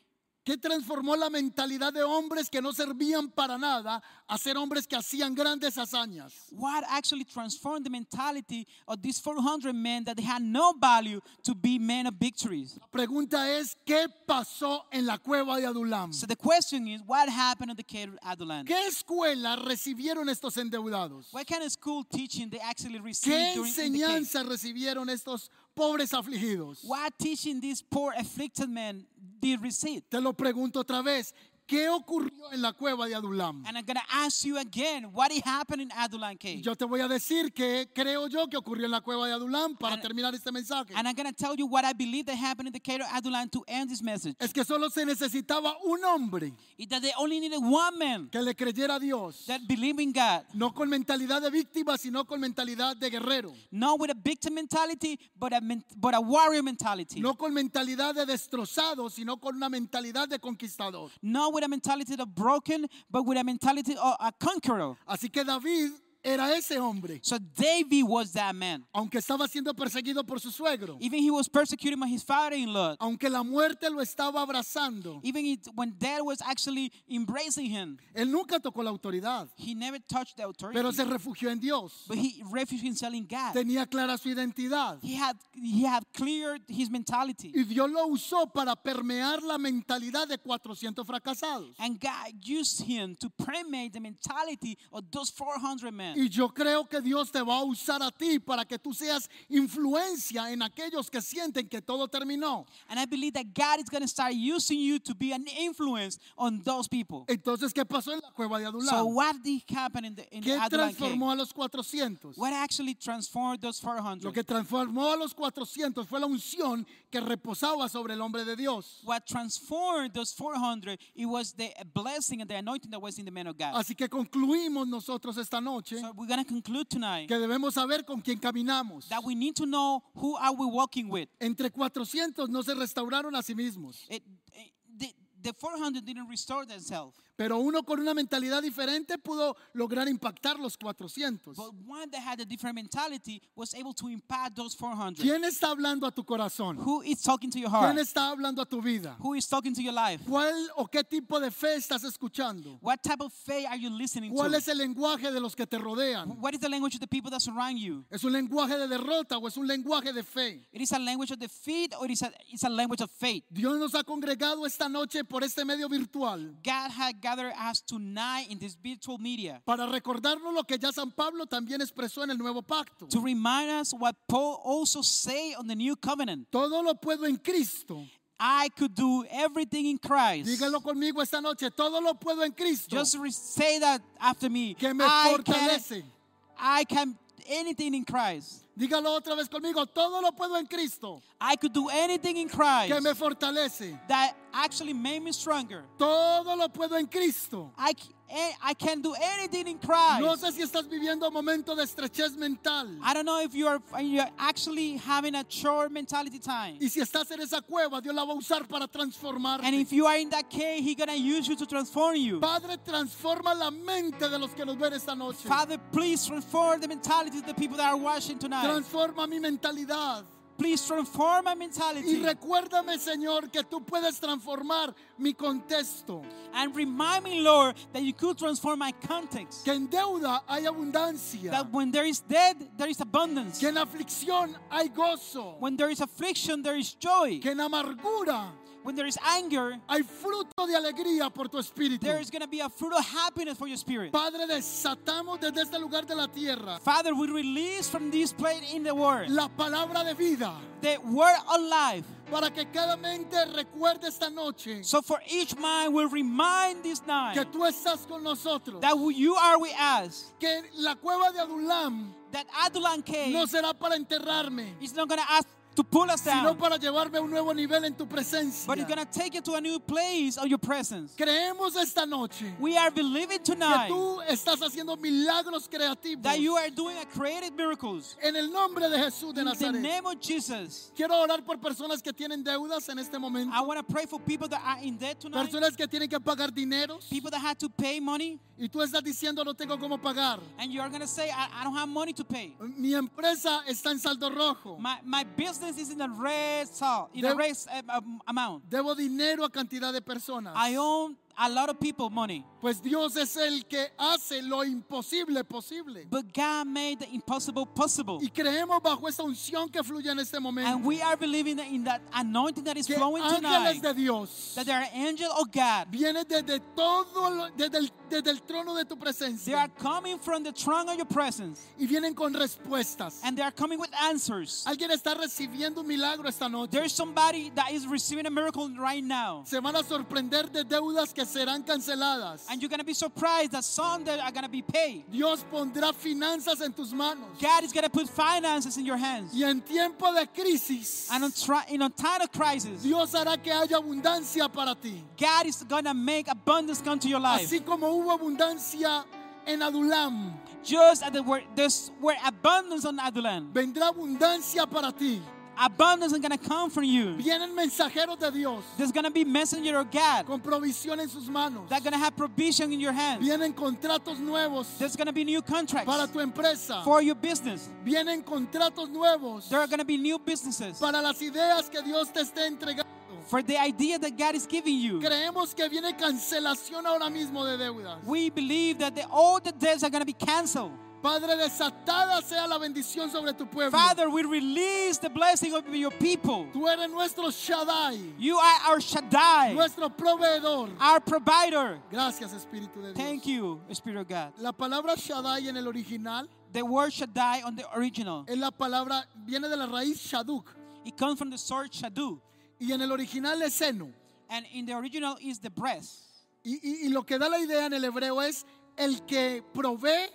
[SPEAKER 1] ¿Qué transformó la mentalidad de hombres que no servían para nada a ser hombres que hacían grandes hazañas?
[SPEAKER 2] what actually transformed the mentality of these 400 men that they had no value to be men of victories?
[SPEAKER 1] La pregunta es, ¿qué pasó en la cueva de Adulam?
[SPEAKER 2] So the question is, what happened in the cave of Adulam?
[SPEAKER 1] ¿Qué escuela recibieron estos endeudados?
[SPEAKER 2] What kind of school teaching they actually
[SPEAKER 1] ¿Qué
[SPEAKER 2] received during in the cave?
[SPEAKER 1] enseñanza recibieron estos pobres afligidos?
[SPEAKER 2] What teaching these poor afflicted men did receive?
[SPEAKER 1] Te lo pregunto otra vez. ¿Qué ocurrió en la cueva de Adulam?
[SPEAKER 2] And I'm gonna ask you again, what is happening in Adulam
[SPEAKER 1] Y
[SPEAKER 2] cave?
[SPEAKER 1] Yo te voy a decir que creo yo que ocurrió en la cueva de Adulam para
[SPEAKER 2] And-
[SPEAKER 1] terminar este mensaje.
[SPEAKER 2] And I'm gonna tell you what I believe that happened in the cave of Adulam to end this message.
[SPEAKER 1] Es que solo se necesitaba un hombre
[SPEAKER 2] Is that they only needed one man
[SPEAKER 1] que le creyera a Dios.
[SPEAKER 2] that believed in God,
[SPEAKER 1] No con mentalidad de víctima, sino con mentalidad de guerrero.
[SPEAKER 2] not with a victim mentality, but a men- but a warrior mentality.
[SPEAKER 1] No con mentalidad de destrozado, sino con una mentalidad de conquistador.
[SPEAKER 2] Not with a mentality of broken, but with a mentality of a conqueror.
[SPEAKER 1] Así que David era ese hombre,
[SPEAKER 2] So David was that man.
[SPEAKER 1] aunque estaba siendo perseguido por su suegro.
[SPEAKER 2] Even he was persecuted by his father-in-law.
[SPEAKER 1] aunque la muerte lo estaba abrazando,
[SPEAKER 2] Even it, when death was actually embracing him,
[SPEAKER 1] él nunca tocó la autoridad,
[SPEAKER 2] he never touched the authority.
[SPEAKER 1] pero se refugió en Dios.
[SPEAKER 2] but he refused himself in God.
[SPEAKER 1] Tenía clara su identidad
[SPEAKER 2] he had he had cleared his mentality
[SPEAKER 1] y Dios lo usó para permear la mentalidad de 400 fracasados.
[SPEAKER 2] and God used him to permeate the mentality of those 400 men
[SPEAKER 1] Y yo creo que Dios te va a usar a ti para que tú seas influencia en aquellos que sienten que todo terminó.
[SPEAKER 2] and I believe that God is going to start using you to be an influence on those people
[SPEAKER 1] Entonces, ¿qué pasó en la cueva de
[SPEAKER 2] so
[SPEAKER 1] Adulam?
[SPEAKER 2] what did happen in the in
[SPEAKER 1] ¿Qué
[SPEAKER 2] the Adulam cave?
[SPEAKER 1] transformó a los 400?
[SPEAKER 2] what actually transformed those
[SPEAKER 1] Lo
[SPEAKER 2] 400
[SPEAKER 1] que transformó a los 400 fue la unción que reposaba sobre el hombre de Dios.
[SPEAKER 2] what transformed those 400 it was the blessing and the anointing that was in the man of God
[SPEAKER 1] Así que concluimos nosotros esta noche
[SPEAKER 2] so we're going to conclude tonight
[SPEAKER 1] que debemos saber con quién caminamos.
[SPEAKER 2] that we need to know who are we walking with
[SPEAKER 1] Entre 400 no se restauraron a sí mismos,
[SPEAKER 2] It, it- the, the 400 didn't restore themselves,
[SPEAKER 1] pero uno con una mentalidad diferente pudo lograr impactar los 400.
[SPEAKER 2] but one that had a different mentality was able to impact those 400.
[SPEAKER 1] ¿Quién está hablando a tu corazón?
[SPEAKER 2] Who is talking to your heart?
[SPEAKER 1] ¿Quién está hablando a tu vida?
[SPEAKER 2] Who is talking to your life?
[SPEAKER 1] ¿Cuál o qué tipo de fe estás escuchando?
[SPEAKER 2] What type of faith are you listening
[SPEAKER 1] ¿Cuál
[SPEAKER 2] to?
[SPEAKER 1] es el lenguaje de los que te rodean?
[SPEAKER 2] What is the language of the people that surround you?
[SPEAKER 1] ¿Es un lenguaje de derrota o es un lenguaje de fe?
[SPEAKER 2] It is a language of defeat or it is a, it's a language of faith.
[SPEAKER 1] Dios nos ha congregado esta noche por este medio virtual
[SPEAKER 2] God had gathered us tonight in this virtual media
[SPEAKER 1] para recordarnos lo que ya San Pablo también expresó en el nuevo pacto.
[SPEAKER 2] to remind us what Paul also say on the new covenant.
[SPEAKER 1] Todo lo puedo en Cristo.
[SPEAKER 2] I could do everything in Christ.
[SPEAKER 1] Dígalo conmigo esta noche. Todo lo puedo en Cristo.
[SPEAKER 2] Just re- say that after me.
[SPEAKER 1] que me
[SPEAKER 2] I
[SPEAKER 1] fortalece.
[SPEAKER 2] Can, I can anything in Christ.
[SPEAKER 1] Dígalo otra vez conmigo. Todo lo puedo en Cristo.
[SPEAKER 2] I could do anything in Christ
[SPEAKER 1] Que me fortalece.
[SPEAKER 2] that actually made me stronger.
[SPEAKER 1] Todo lo puedo en Cristo.
[SPEAKER 2] I, c- eh, I can do anything in Christ.
[SPEAKER 1] No sé si estás viviendo un momento de estrechez mental.
[SPEAKER 2] I don't know if you are you're actually having a chore mentality time.
[SPEAKER 1] Y si estás en esa cueva, Dios la va a usar para transformarte.
[SPEAKER 2] And if you are in that cave, He's gonna use you to transform you.
[SPEAKER 1] Padre, transforma la mente de los que nos ven esta noche.
[SPEAKER 2] Father, please transform the mentality of the people that are watching tonight.
[SPEAKER 1] Transforma mi mentalidad.
[SPEAKER 2] Please transform my
[SPEAKER 1] Y
[SPEAKER 2] mentality
[SPEAKER 1] recuérdame, Señor, que tú puedes transformar mi contexto.
[SPEAKER 2] and remind me, Lord, that you could transform my context.
[SPEAKER 1] Que en deuda hay abundancia.
[SPEAKER 2] That when there is dead, there is abundance.
[SPEAKER 1] Que en aflicción hay gozo.
[SPEAKER 2] When there is affliction, there is joy.
[SPEAKER 1] Que en amargura
[SPEAKER 2] When there is anger,
[SPEAKER 1] hay fruto de alegría por tu espíritu.
[SPEAKER 2] there is going to be a fruit of happiness for your spirit.
[SPEAKER 1] Padre, desatamos desde este lugar de la tierra
[SPEAKER 2] Father, we release from this plate in the word
[SPEAKER 1] la palabra de vida
[SPEAKER 2] the word of life.
[SPEAKER 1] para que cada mente recuerde esta noche
[SPEAKER 2] So for each mind, we remind this
[SPEAKER 1] que
[SPEAKER 2] night
[SPEAKER 1] tú estás con nosotros.
[SPEAKER 2] that you are with us,
[SPEAKER 1] Que la cueva de Adulam
[SPEAKER 2] that Adulam came
[SPEAKER 1] no será para enterrarme,
[SPEAKER 2] is not going to ask to pull us
[SPEAKER 1] sino
[SPEAKER 2] down,
[SPEAKER 1] para llevarme a un nuevo nivel en tu presencia.
[SPEAKER 2] but it's going to take you to a new place of your presence.
[SPEAKER 1] Creemos esta noche
[SPEAKER 2] We are believing
[SPEAKER 1] que
[SPEAKER 2] tonight
[SPEAKER 1] tú estás haciendo milagros creativos
[SPEAKER 2] that you are doing a creative miracles.
[SPEAKER 1] en el nombre de Jesús de
[SPEAKER 2] In the
[SPEAKER 1] Nazaret.
[SPEAKER 2] name of Jesus,
[SPEAKER 1] Quiero orar por personas que tienen deudas en este momento,
[SPEAKER 2] I want to pray for people that are in debt tonight,
[SPEAKER 1] personas que tienen que pagar dineros
[SPEAKER 2] people that had to pay money,
[SPEAKER 1] y tú estás diciendo no tengo cómo pagar.
[SPEAKER 2] and you are going to say, I, I don't have money to pay.
[SPEAKER 1] Mi empresa está en saldo rojo.
[SPEAKER 2] My, my business is in a red sal, in a
[SPEAKER 1] There-
[SPEAKER 2] red um, um, amount.
[SPEAKER 1] Debo dinero a cantidad de personas.
[SPEAKER 2] I own a lot of people money,
[SPEAKER 1] Pues Dios es el que hace lo imposible posible.
[SPEAKER 2] but God made the impossible possible.
[SPEAKER 1] Y creemos bajo esta unción que fluye en este
[SPEAKER 2] And
[SPEAKER 1] momento
[SPEAKER 2] we are believing that in that anointing that is
[SPEAKER 1] que
[SPEAKER 2] flowing tonight,
[SPEAKER 1] ángeles de Dios
[SPEAKER 2] that there are angels of God.
[SPEAKER 1] vienen desde todo lo- desde el, desde el trono de tu
[SPEAKER 2] They are
[SPEAKER 1] presencia
[SPEAKER 2] coming from the throne of your presence,
[SPEAKER 1] y vienen con respuestas.
[SPEAKER 2] and they are coming with answers.
[SPEAKER 1] Alguien está recibiendo un milagro esta noche.
[SPEAKER 2] There's somebody that is receiving a miracle right now.
[SPEAKER 1] Se van a sorprender de deudas que serán canceladas.
[SPEAKER 2] And you're going to be surprised that some that are going to be paid.
[SPEAKER 1] Dios pondrá finanzas en tus manos.
[SPEAKER 2] God is going to put finances in your hands.
[SPEAKER 1] Y en tiempo de crisis,
[SPEAKER 2] And on tri- in a time of crisis,
[SPEAKER 1] Dios hará que haya abundancia para ti.
[SPEAKER 2] God is going to make abundance come to your life.
[SPEAKER 1] Así como hubo abundancia en Adulam,
[SPEAKER 2] Just as there were, there's, were abundance on Adulam,
[SPEAKER 1] vendrá abundancia para ti.
[SPEAKER 2] abundance is going to come from you.
[SPEAKER 1] Vienen mensajeros de Dios
[SPEAKER 2] There's going to be messenger of God
[SPEAKER 1] con provisión en sus manos.
[SPEAKER 2] that's going to have provision in your hands.
[SPEAKER 1] Vienen contratos nuevos
[SPEAKER 2] There's going to be new contracts
[SPEAKER 1] para tu empresa.
[SPEAKER 2] for your business.
[SPEAKER 1] Vienen contratos nuevos
[SPEAKER 2] There are going to be new businesses
[SPEAKER 1] para las ideas que Dios te esté entregando.
[SPEAKER 2] for the idea that God is giving you.
[SPEAKER 1] Creemos que viene cancelación ahora mismo de deudas.
[SPEAKER 2] We believe that the, all the debts are going to be canceled.
[SPEAKER 1] Padre, desatada sea la bendición sobre tu pueblo.
[SPEAKER 2] Father, we release the blessing of your people.
[SPEAKER 1] Tú eres nuestro Shaddai,
[SPEAKER 2] You are our Shaddai,
[SPEAKER 1] nuestro proveedor.
[SPEAKER 2] our provider.
[SPEAKER 1] Gracias, Espíritu de Dios.
[SPEAKER 2] Thank you, Spirit of God.
[SPEAKER 1] La palabra Shaddai en el original
[SPEAKER 2] The word Shaddai on the original,
[SPEAKER 1] es la palabra, viene de la raíz Shaduk
[SPEAKER 2] it comes from the sword Shadu,
[SPEAKER 1] y en el original es seno.
[SPEAKER 2] and in the original is the breast.
[SPEAKER 1] Y, y- y lo que da la idea en el hebreo es el que provee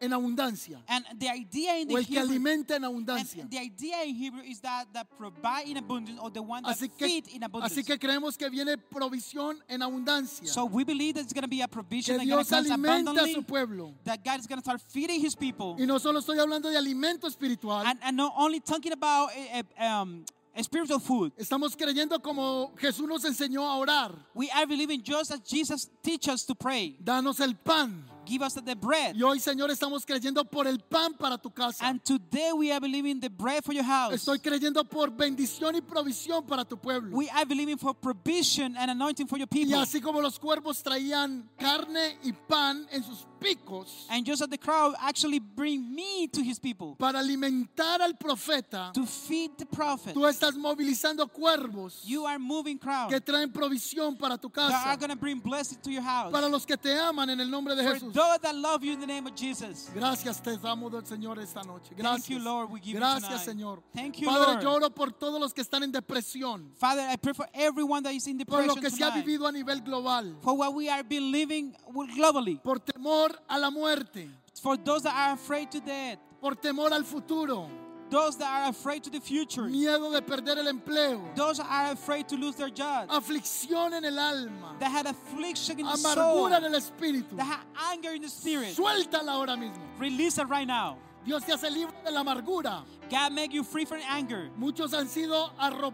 [SPEAKER 1] en abundancia
[SPEAKER 2] And the idea in the
[SPEAKER 1] o el que
[SPEAKER 2] Hebrew,
[SPEAKER 1] alimenta en
[SPEAKER 2] and
[SPEAKER 1] abundancia.
[SPEAKER 2] the idea in Hebrew is that that provide in abundance or the one that
[SPEAKER 1] Así que,
[SPEAKER 2] feed in abundance.
[SPEAKER 1] así que creemos que viene provisión en abundancia.
[SPEAKER 2] so we believe that it's going to be a
[SPEAKER 1] Que
[SPEAKER 2] provision that going
[SPEAKER 1] Dios
[SPEAKER 2] to comes
[SPEAKER 1] alimenta a su
[SPEAKER 2] abundantly.
[SPEAKER 1] pueblo.
[SPEAKER 2] That God is going to start feeding His people.
[SPEAKER 1] Y no solo estoy hablando de alimento espiritual.
[SPEAKER 2] and, and not only talking about eh, eh, um, spiritual food.
[SPEAKER 1] Estamos creyendo como Jesús nos enseñó a orar.
[SPEAKER 2] We are believing just as Jesus teaches us to pray.
[SPEAKER 1] Danos el pan.
[SPEAKER 2] Give us the bread.
[SPEAKER 1] Y hoy, Señor, estamos creyendo por el pan para tu casa.
[SPEAKER 2] And today we are believing the bread for your house.
[SPEAKER 1] Estoy creyendo por bendición y provisión para tu pueblo.
[SPEAKER 2] We are believing for provision and anointing for your
[SPEAKER 1] Y
[SPEAKER 2] people.
[SPEAKER 1] así como los cuervos traían carne y pan en sus picos
[SPEAKER 2] And just as the crowd actually bring meat to his people
[SPEAKER 1] para alimentar al profeta,
[SPEAKER 2] to feed the prophet.
[SPEAKER 1] tú estás movilizando cuervos
[SPEAKER 2] You are moving crowd
[SPEAKER 1] que traen provisión para tu
[SPEAKER 2] that are
[SPEAKER 1] casa,
[SPEAKER 2] going to bring blessing to your house.
[SPEAKER 1] para los que te aman en el nombre de
[SPEAKER 2] For
[SPEAKER 1] Jesús.
[SPEAKER 2] those that love you in the name of Jesus.
[SPEAKER 1] Gracias te damos, Señor, esta noche. Gracias.
[SPEAKER 2] Thank you, Lord. We give you
[SPEAKER 1] Gracias,
[SPEAKER 2] tonight.
[SPEAKER 1] Señor.
[SPEAKER 2] Thank you,
[SPEAKER 1] Padre,
[SPEAKER 2] Lord.
[SPEAKER 1] yo oro por todos los que están en depresión,
[SPEAKER 2] Father, I pray for everyone that is in
[SPEAKER 1] por
[SPEAKER 2] depression
[SPEAKER 1] lo que se ha
[SPEAKER 2] tonight.
[SPEAKER 1] vivido a nivel global,
[SPEAKER 2] for what we are believing globally,
[SPEAKER 1] por temor a la muerte,
[SPEAKER 2] for those that are afraid to death,
[SPEAKER 1] por temor al futuro,
[SPEAKER 2] those that are afraid to the future,
[SPEAKER 1] miedo de perder el empleo,
[SPEAKER 2] those that are afraid to lose their job,
[SPEAKER 1] aflicción en el alma,
[SPEAKER 2] that had affliction in the soul,
[SPEAKER 1] Uh, amargura en
[SPEAKER 2] that
[SPEAKER 1] el espíritu.
[SPEAKER 2] had anger in the spirit.
[SPEAKER 1] Suéltala ahora mismo.
[SPEAKER 2] Release it right now.
[SPEAKER 1] Dios te hace libre de la amargura.
[SPEAKER 2] God make you free from anger.
[SPEAKER 1] Muchos han sido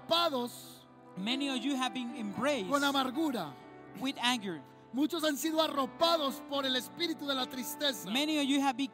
[SPEAKER 1] arropados
[SPEAKER 2] Many of you have been embraced
[SPEAKER 1] con amargura.
[SPEAKER 2] with anger.
[SPEAKER 1] Muchos han sido arropados por el espíritu de la tristeza.
[SPEAKER 2] Many of you have been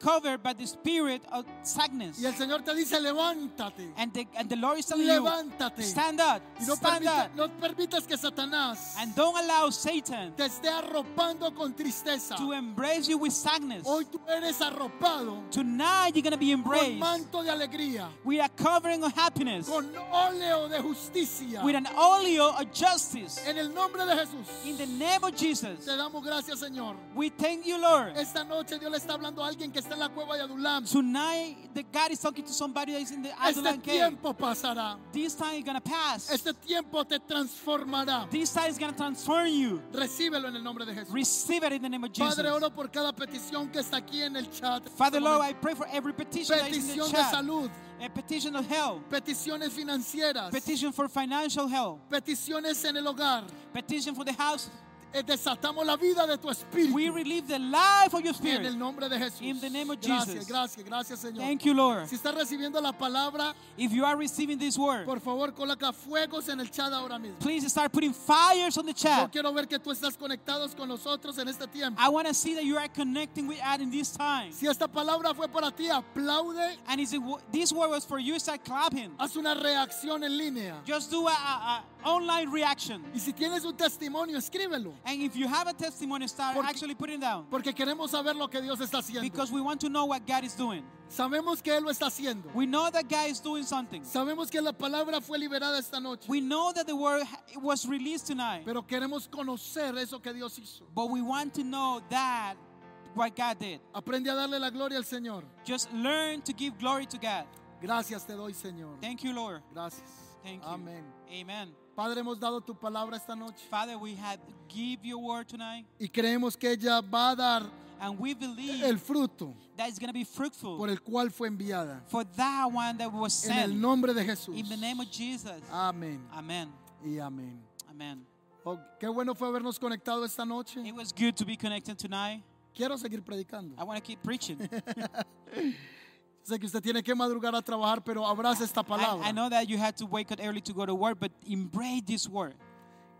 [SPEAKER 2] covered by the spirit of sadness.
[SPEAKER 1] Y el Señor te dice, levántate.
[SPEAKER 2] And the, and the Lord is telling you,
[SPEAKER 1] Levántate.
[SPEAKER 2] stand up,
[SPEAKER 1] Y no,
[SPEAKER 2] stand
[SPEAKER 1] permita-
[SPEAKER 2] up.
[SPEAKER 1] no permitas que Satanás
[SPEAKER 2] And don't allow Satan
[SPEAKER 1] te esté arropando con tristeza.
[SPEAKER 2] to embrace you with sadness.
[SPEAKER 1] Hoy tú eres arropado
[SPEAKER 2] Tonight you're going to be
[SPEAKER 1] con
[SPEAKER 2] embraced
[SPEAKER 1] manto de alegría,
[SPEAKER 2] with a covering of happiness,
[SPEAKER 1] con óleo de justicia.
[SPEAKER 2] with an oleo of justice.
[SPEAKER 1] En el nombre de Jesús.
[SPEAKER 2] In the name of Jesus,
[SPEAKER 1] Te damos gracias, Señor.
[SPEAKER 2] we thank you, Lord.
[SPEAKER 1] Esta noche Dios le está hablando a alguien que está en la cueva de Adulam.
[SPEAKER 2] Tonight, the God is talking to somebody that is in the
[SPEAKER 1] Este
[SPEAKER 2] Adulam cave.
[SPEAKER 1] tiempo pasará.
[SPEAKER 2] This time is going to pass.
[SPEAKER 1] Este tiempo te transformará.
[SPEAKER 2] This time is going to transform you.
[SPEAKER 1] Recíbelo en el nombre de Jesús.
[SPEAKER 2] Receive it in the name of Jesus.
[SPEAKER 1] Padre, oro por cada petición que está aquí en el chat. en
[SPEAKER 2] Father,
[SPEAKER 1] este
[SPEAKER 2] Lord, I
[SPEAKER 1] momento.
[SPEAKER 2] pray for every petition that is in the
[SPEAKER 1] petición de
[SPEAKER 2] chat.
[SPEAKER 1] salud,
[SPEAKER 2] A petition of help.
[SPEAKER 1] peticiones financieras,
[SPEAKER 2] Petition for financial help.
[SPEAKER 1] peticiones en el hogar.
[SPEAKER 2] Petition for the house.
[SPEAKER 1] Eh, Desatamos la vida de tu espíritu.
[SPEAKER 2] We relieve the life of your
[SPEAKER 1] En el
[SPEAKER 2] spirit.
[SPEAKER 1] nombre de Jesús.
[SPEAKER 2] In the name of
[SPEAKER 1] Gracias,
[SPEAKER 2] Jesus.
[SPEAKER 1] gracias, gracias, Señor.
[SPEAKER 2] Thank you, Lord.
[SPEAKER 1] Si estás recibiendo la palabra,
[SPEAKER 2] If you are receiving this word,
[SPEAKER 1] por favor, coloca fuegos en el chat ahora mismo.
[SPEAKER 2] please start putting fires on the
[SPEAKER 1] Yo
[SPEAKER 2] chat.
[SPEAKER 1] quiero ver que tú estás conectados con nosotros en este tiempo.
[SPEAKER 2] I want to see that you are connecting with us in this time.
[SPEAKER 1] Si esta palabra fue para ti, aplaude,
[SPEAKER 2] And is it, wo- this word was for you, start clapping.
[SPEAKER 1] haz una reacción en línea.
[SPEAKER 2] Just do a, a, a online reaction.
[SPEAKER 1] Y si tienes un testimonio, escríbelo,
[SPEAKER 2] And if you have a testimony, start
[SPEAKER 1] Porque-
[SPEAKER 2] actually putting it down.
[SPEAKER 1] porque queremos saber lo que Dios está haciendo.
[SPEAKER 2] Because we want to know what God is doing.
[SPEAKER 1] Sabemos que Él lo está haciendo.
[SPEAKER 2] We know that God is doing something.
[SPEAKER 1] Sabemos que la palabra fue liberada esta noche,
[SPEAKER 2] We know that the word ha- was released tonight.
[SPEAKER 1] pero queremos conocer eso que Dios hizo.
[SPEAKER 2] But we want to know that what God did.
[SPEAKER 1] Aprende a darle la gloria al Señor.
[SPEAKER 2] Just learn to give glory to God.
[SPEAKER 1] Gracias te doy, Señor.
[SPEAKER 2] Thank you, Lord.
[SPEAKER 1] Gracias.
[SPEAKER 2] Thank you.
[SPEAKER 1] Amén.
[SPEAKER 2] Amen.
[SPEAKER 1] Padre, hemos dado tu palabra esta noche
[SPEAKER 2] Father, we have give your word tonight,
[SPEAKER 1] y creemos que ella va a dar
[SPEAKER 2] and we believe
[SPEAKER 1] el fruto
[SPEAKER 2] that it's going to be fruitful
[SPEAKER 1] por el cual fue enviada.
[SPEAKER 2] for that one that was
[SPEAKER 1] En el
[SPEAKER 2] sent.
[SPEAKER 1] nombre de Jesús.
[SPEAKER 2] In the name of Jesus.
[SPEAKER 1] Amén
[SPEAKER 2] Amen.
[SPEAKER 1] y amén.
[SPEAKER 2] Amen.
[SPEAKER 1] Oh, qué bueno fue habernos conectado esta noche.
[SPEAKER 2] It was good to be connected tonight.
[SPEAKER 1] Quiero seguir
[SPEAKER 2] I
[SPEAKER 1] predicando.
[SPEAKER 2] want to
[SPEAKER 1] *laughs*
[SPEAKER 2] keep preaching.
[SPEAKER 1] Sé que usted tiene que madrugar a trabajar, pero
[SPEAKER 2] Ah,
[SPEAKER 1] abraza esta
[SPEAKER 2] I, I
[SPEAKER 1] palabra.
[SPEAKER 2] know that you had to wake up early to go to work, but embrace this word.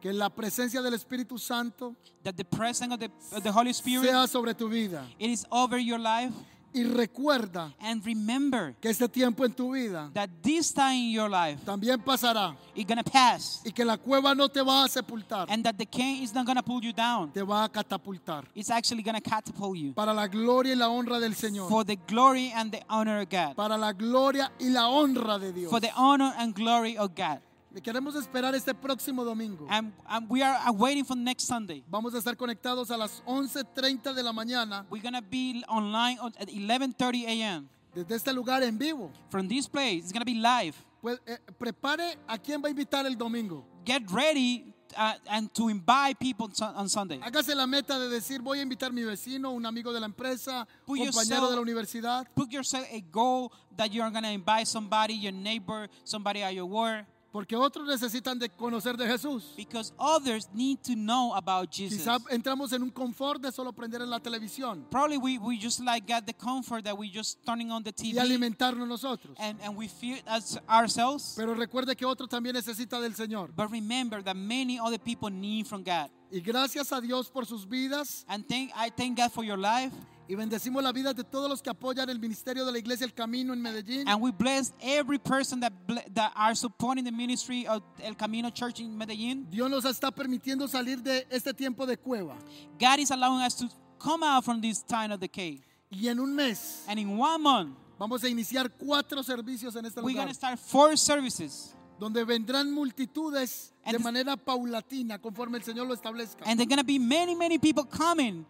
[SPEAKER 1] Que la presencia del Espíritu Santo
[SPEAKER 2] That the presence of the, of the Holy Spirit
[SPEAKER 1] sea sobre tu vida.
[SPEAKER 2] it is over your life.
[SPEAKER 1] Y recuerda
[SPEAKER 2] And remember
[SPEAKER 1] que este tiempo en tu vida
[SPEAKER 2] that this time in your life
[SPEAKER 1] también pasará.
[SPEAKER 2] it's gonna pass.
[SPEAKER 1] Y que la cueva no te va a sepultar,
[SPEAKER 2] And that the king is not gonna pull you down.
[SPEAKER 1] te va a catapultar.
[SPEAKER 2] It's actually gonna catapult you
[SPEAKER 1] Para la gloria y la honra del Señor.
[SPEAKER 2] for the glory and the honor of God.
[SPEAKER 1] Para la gloria y la honra de Dios.
[SPEAKER 2] For the honor and glory of God.
[SPEAKER 1] Le queremos esperar este próximo domingo.
[SPEAKER 2] And, and we are uh, waiting for next Sunday.
[SPEAKER 1] Vamos a estar conectados a las 11.30 de la mañana
[SPEAKER 2] We're gonna be online on- at 11:30 a.m.
[SPEAKER 1] desde este lugar en vivo.
[SPEAKER 2] from this place. It's gonna be live.
[SPEAKER 1] Pues, eh, prepare a quién va a invitar el domingo.
[SPEAKER 2] Get ready uh, and to invite people on Sun- on Sunday.
[SPEAKER 1] Hágase la meta de decir voy a invitar a mi vecino, un amigo de la empresa, un
[SPEAKER 2] Put yourself-
[SPEAKER 1] compañero de la universidad.
[SPEAKER 2] Put yourself a goal that you're gonna invite somebody, your neighbor, somebody at your work,
[SPEAKER 1] Porque otros necesitan de conocer de Jesús.
[SPEAKER 2] because others need to know about Jesus.
[SPEAKER 1] Quizá entramos en un confort de solo prender en la televisión
[SPEAKER 2] Probably we, we just like got the comfort that we just turning on the
[SPEAKER 1] y
[SPEAKER 2] TV
[SPEAKER 1] alimentarnos nosotros.
[SPEAKER 2] and, and we feel as ourselves.
[SPEAKER 1] Pero recuerde que otro también necesita del Señor.
[SPEAKER 2] But remember that many other people need from God.
[SPEAKER 1] Y gracias a Dios por sus vidas
[SPEAKER 2] And thank I thank God for your life.
[SPEAKER 1] y bendecimos la vida de todos los que apoyan el ministerio de la iglesia El Camino en Medellín.
[SPEAKER 2] And we bless every person that ble- that are supporting the ministry of El Camino Church in Medellin.
[SPEAKER 1] Dios nos está permitiendo salir de este tiempo de cueva.
[SPEAKER 2] God is allowing us to come out from this time of decay.
[SPEAKER 1] Y en un mes
[SPEAKER 2] And in one month,
[SPEAKER 1] vamos a iniciar cuatro servicios en este
[SPEAKER 2] we're
[SPEAKER 1] lugar,
[SPEAKER 2] gonna start four services.
[SPEAKER 1] donde vendrán multitudes
[SPEAKER 2] And
[SPEAKER 1] de
[SPEAKER 2] this-
[SPEAKER 1] manera paulatina, conforme el Señor lo establezca.
[SPEAKER 2] And there are gonna be many, many people coming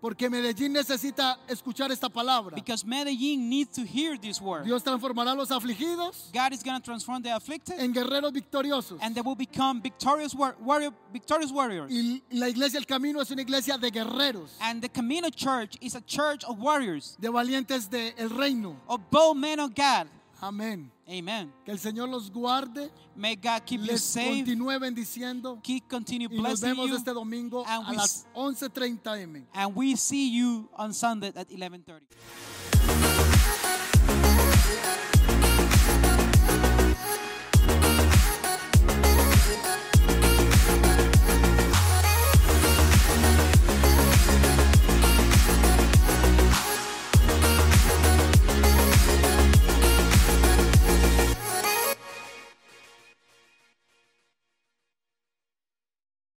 [SPEAKER 1] Porque Medellín necesita escuchar esta palabra.
[SPEAKER 2] because Medellin needs to hear this word.
[SPEAKER 1] Dios transformará a los afligidos
[SPEAKER 2] God is going to transform the afflicted,
[SPEAKER 1] en guerreros victoriosos.
[SPEAKER 2] and they will become victorious war- warrior, victorious warriors.
[SPEAKER 1] Y la iglesia El Camino es una iglesia de guerreros,
[SPEAKER 2] And the Camino Church is a church of warriors,
[SPEAKER 1] de valientes del reino.
[SPEAKER 2] of bold men of God.
[SPEAKER 1] Amén.
[SPEAKER 2] Amen.
[SPEAKER 1] Que el Señor los guarde,
[SPEAKER 2] May God keep you
[SPEAKER 1] les
[SPEAKER 2] safe,
[SPEAKER 1] continúe bendiciendo.
[SPEAKER 2] keep continue
[SPEAKER 1] Y nos
[SPEAKER 2] blessing
[SPEAKER 1] vemos
[SPEAKER 2] you,
[SPEAKER 1] este domingo
[SPEAKER 2] and
[SPEAKER 1] a
[SPEAKER 2] we
[SPEAKER 1] las
[SPEAKER 2] s-
[SPEAKER 1] 11.30 M.
[SPEAKER 2] and we see you on Sunday at 11:30.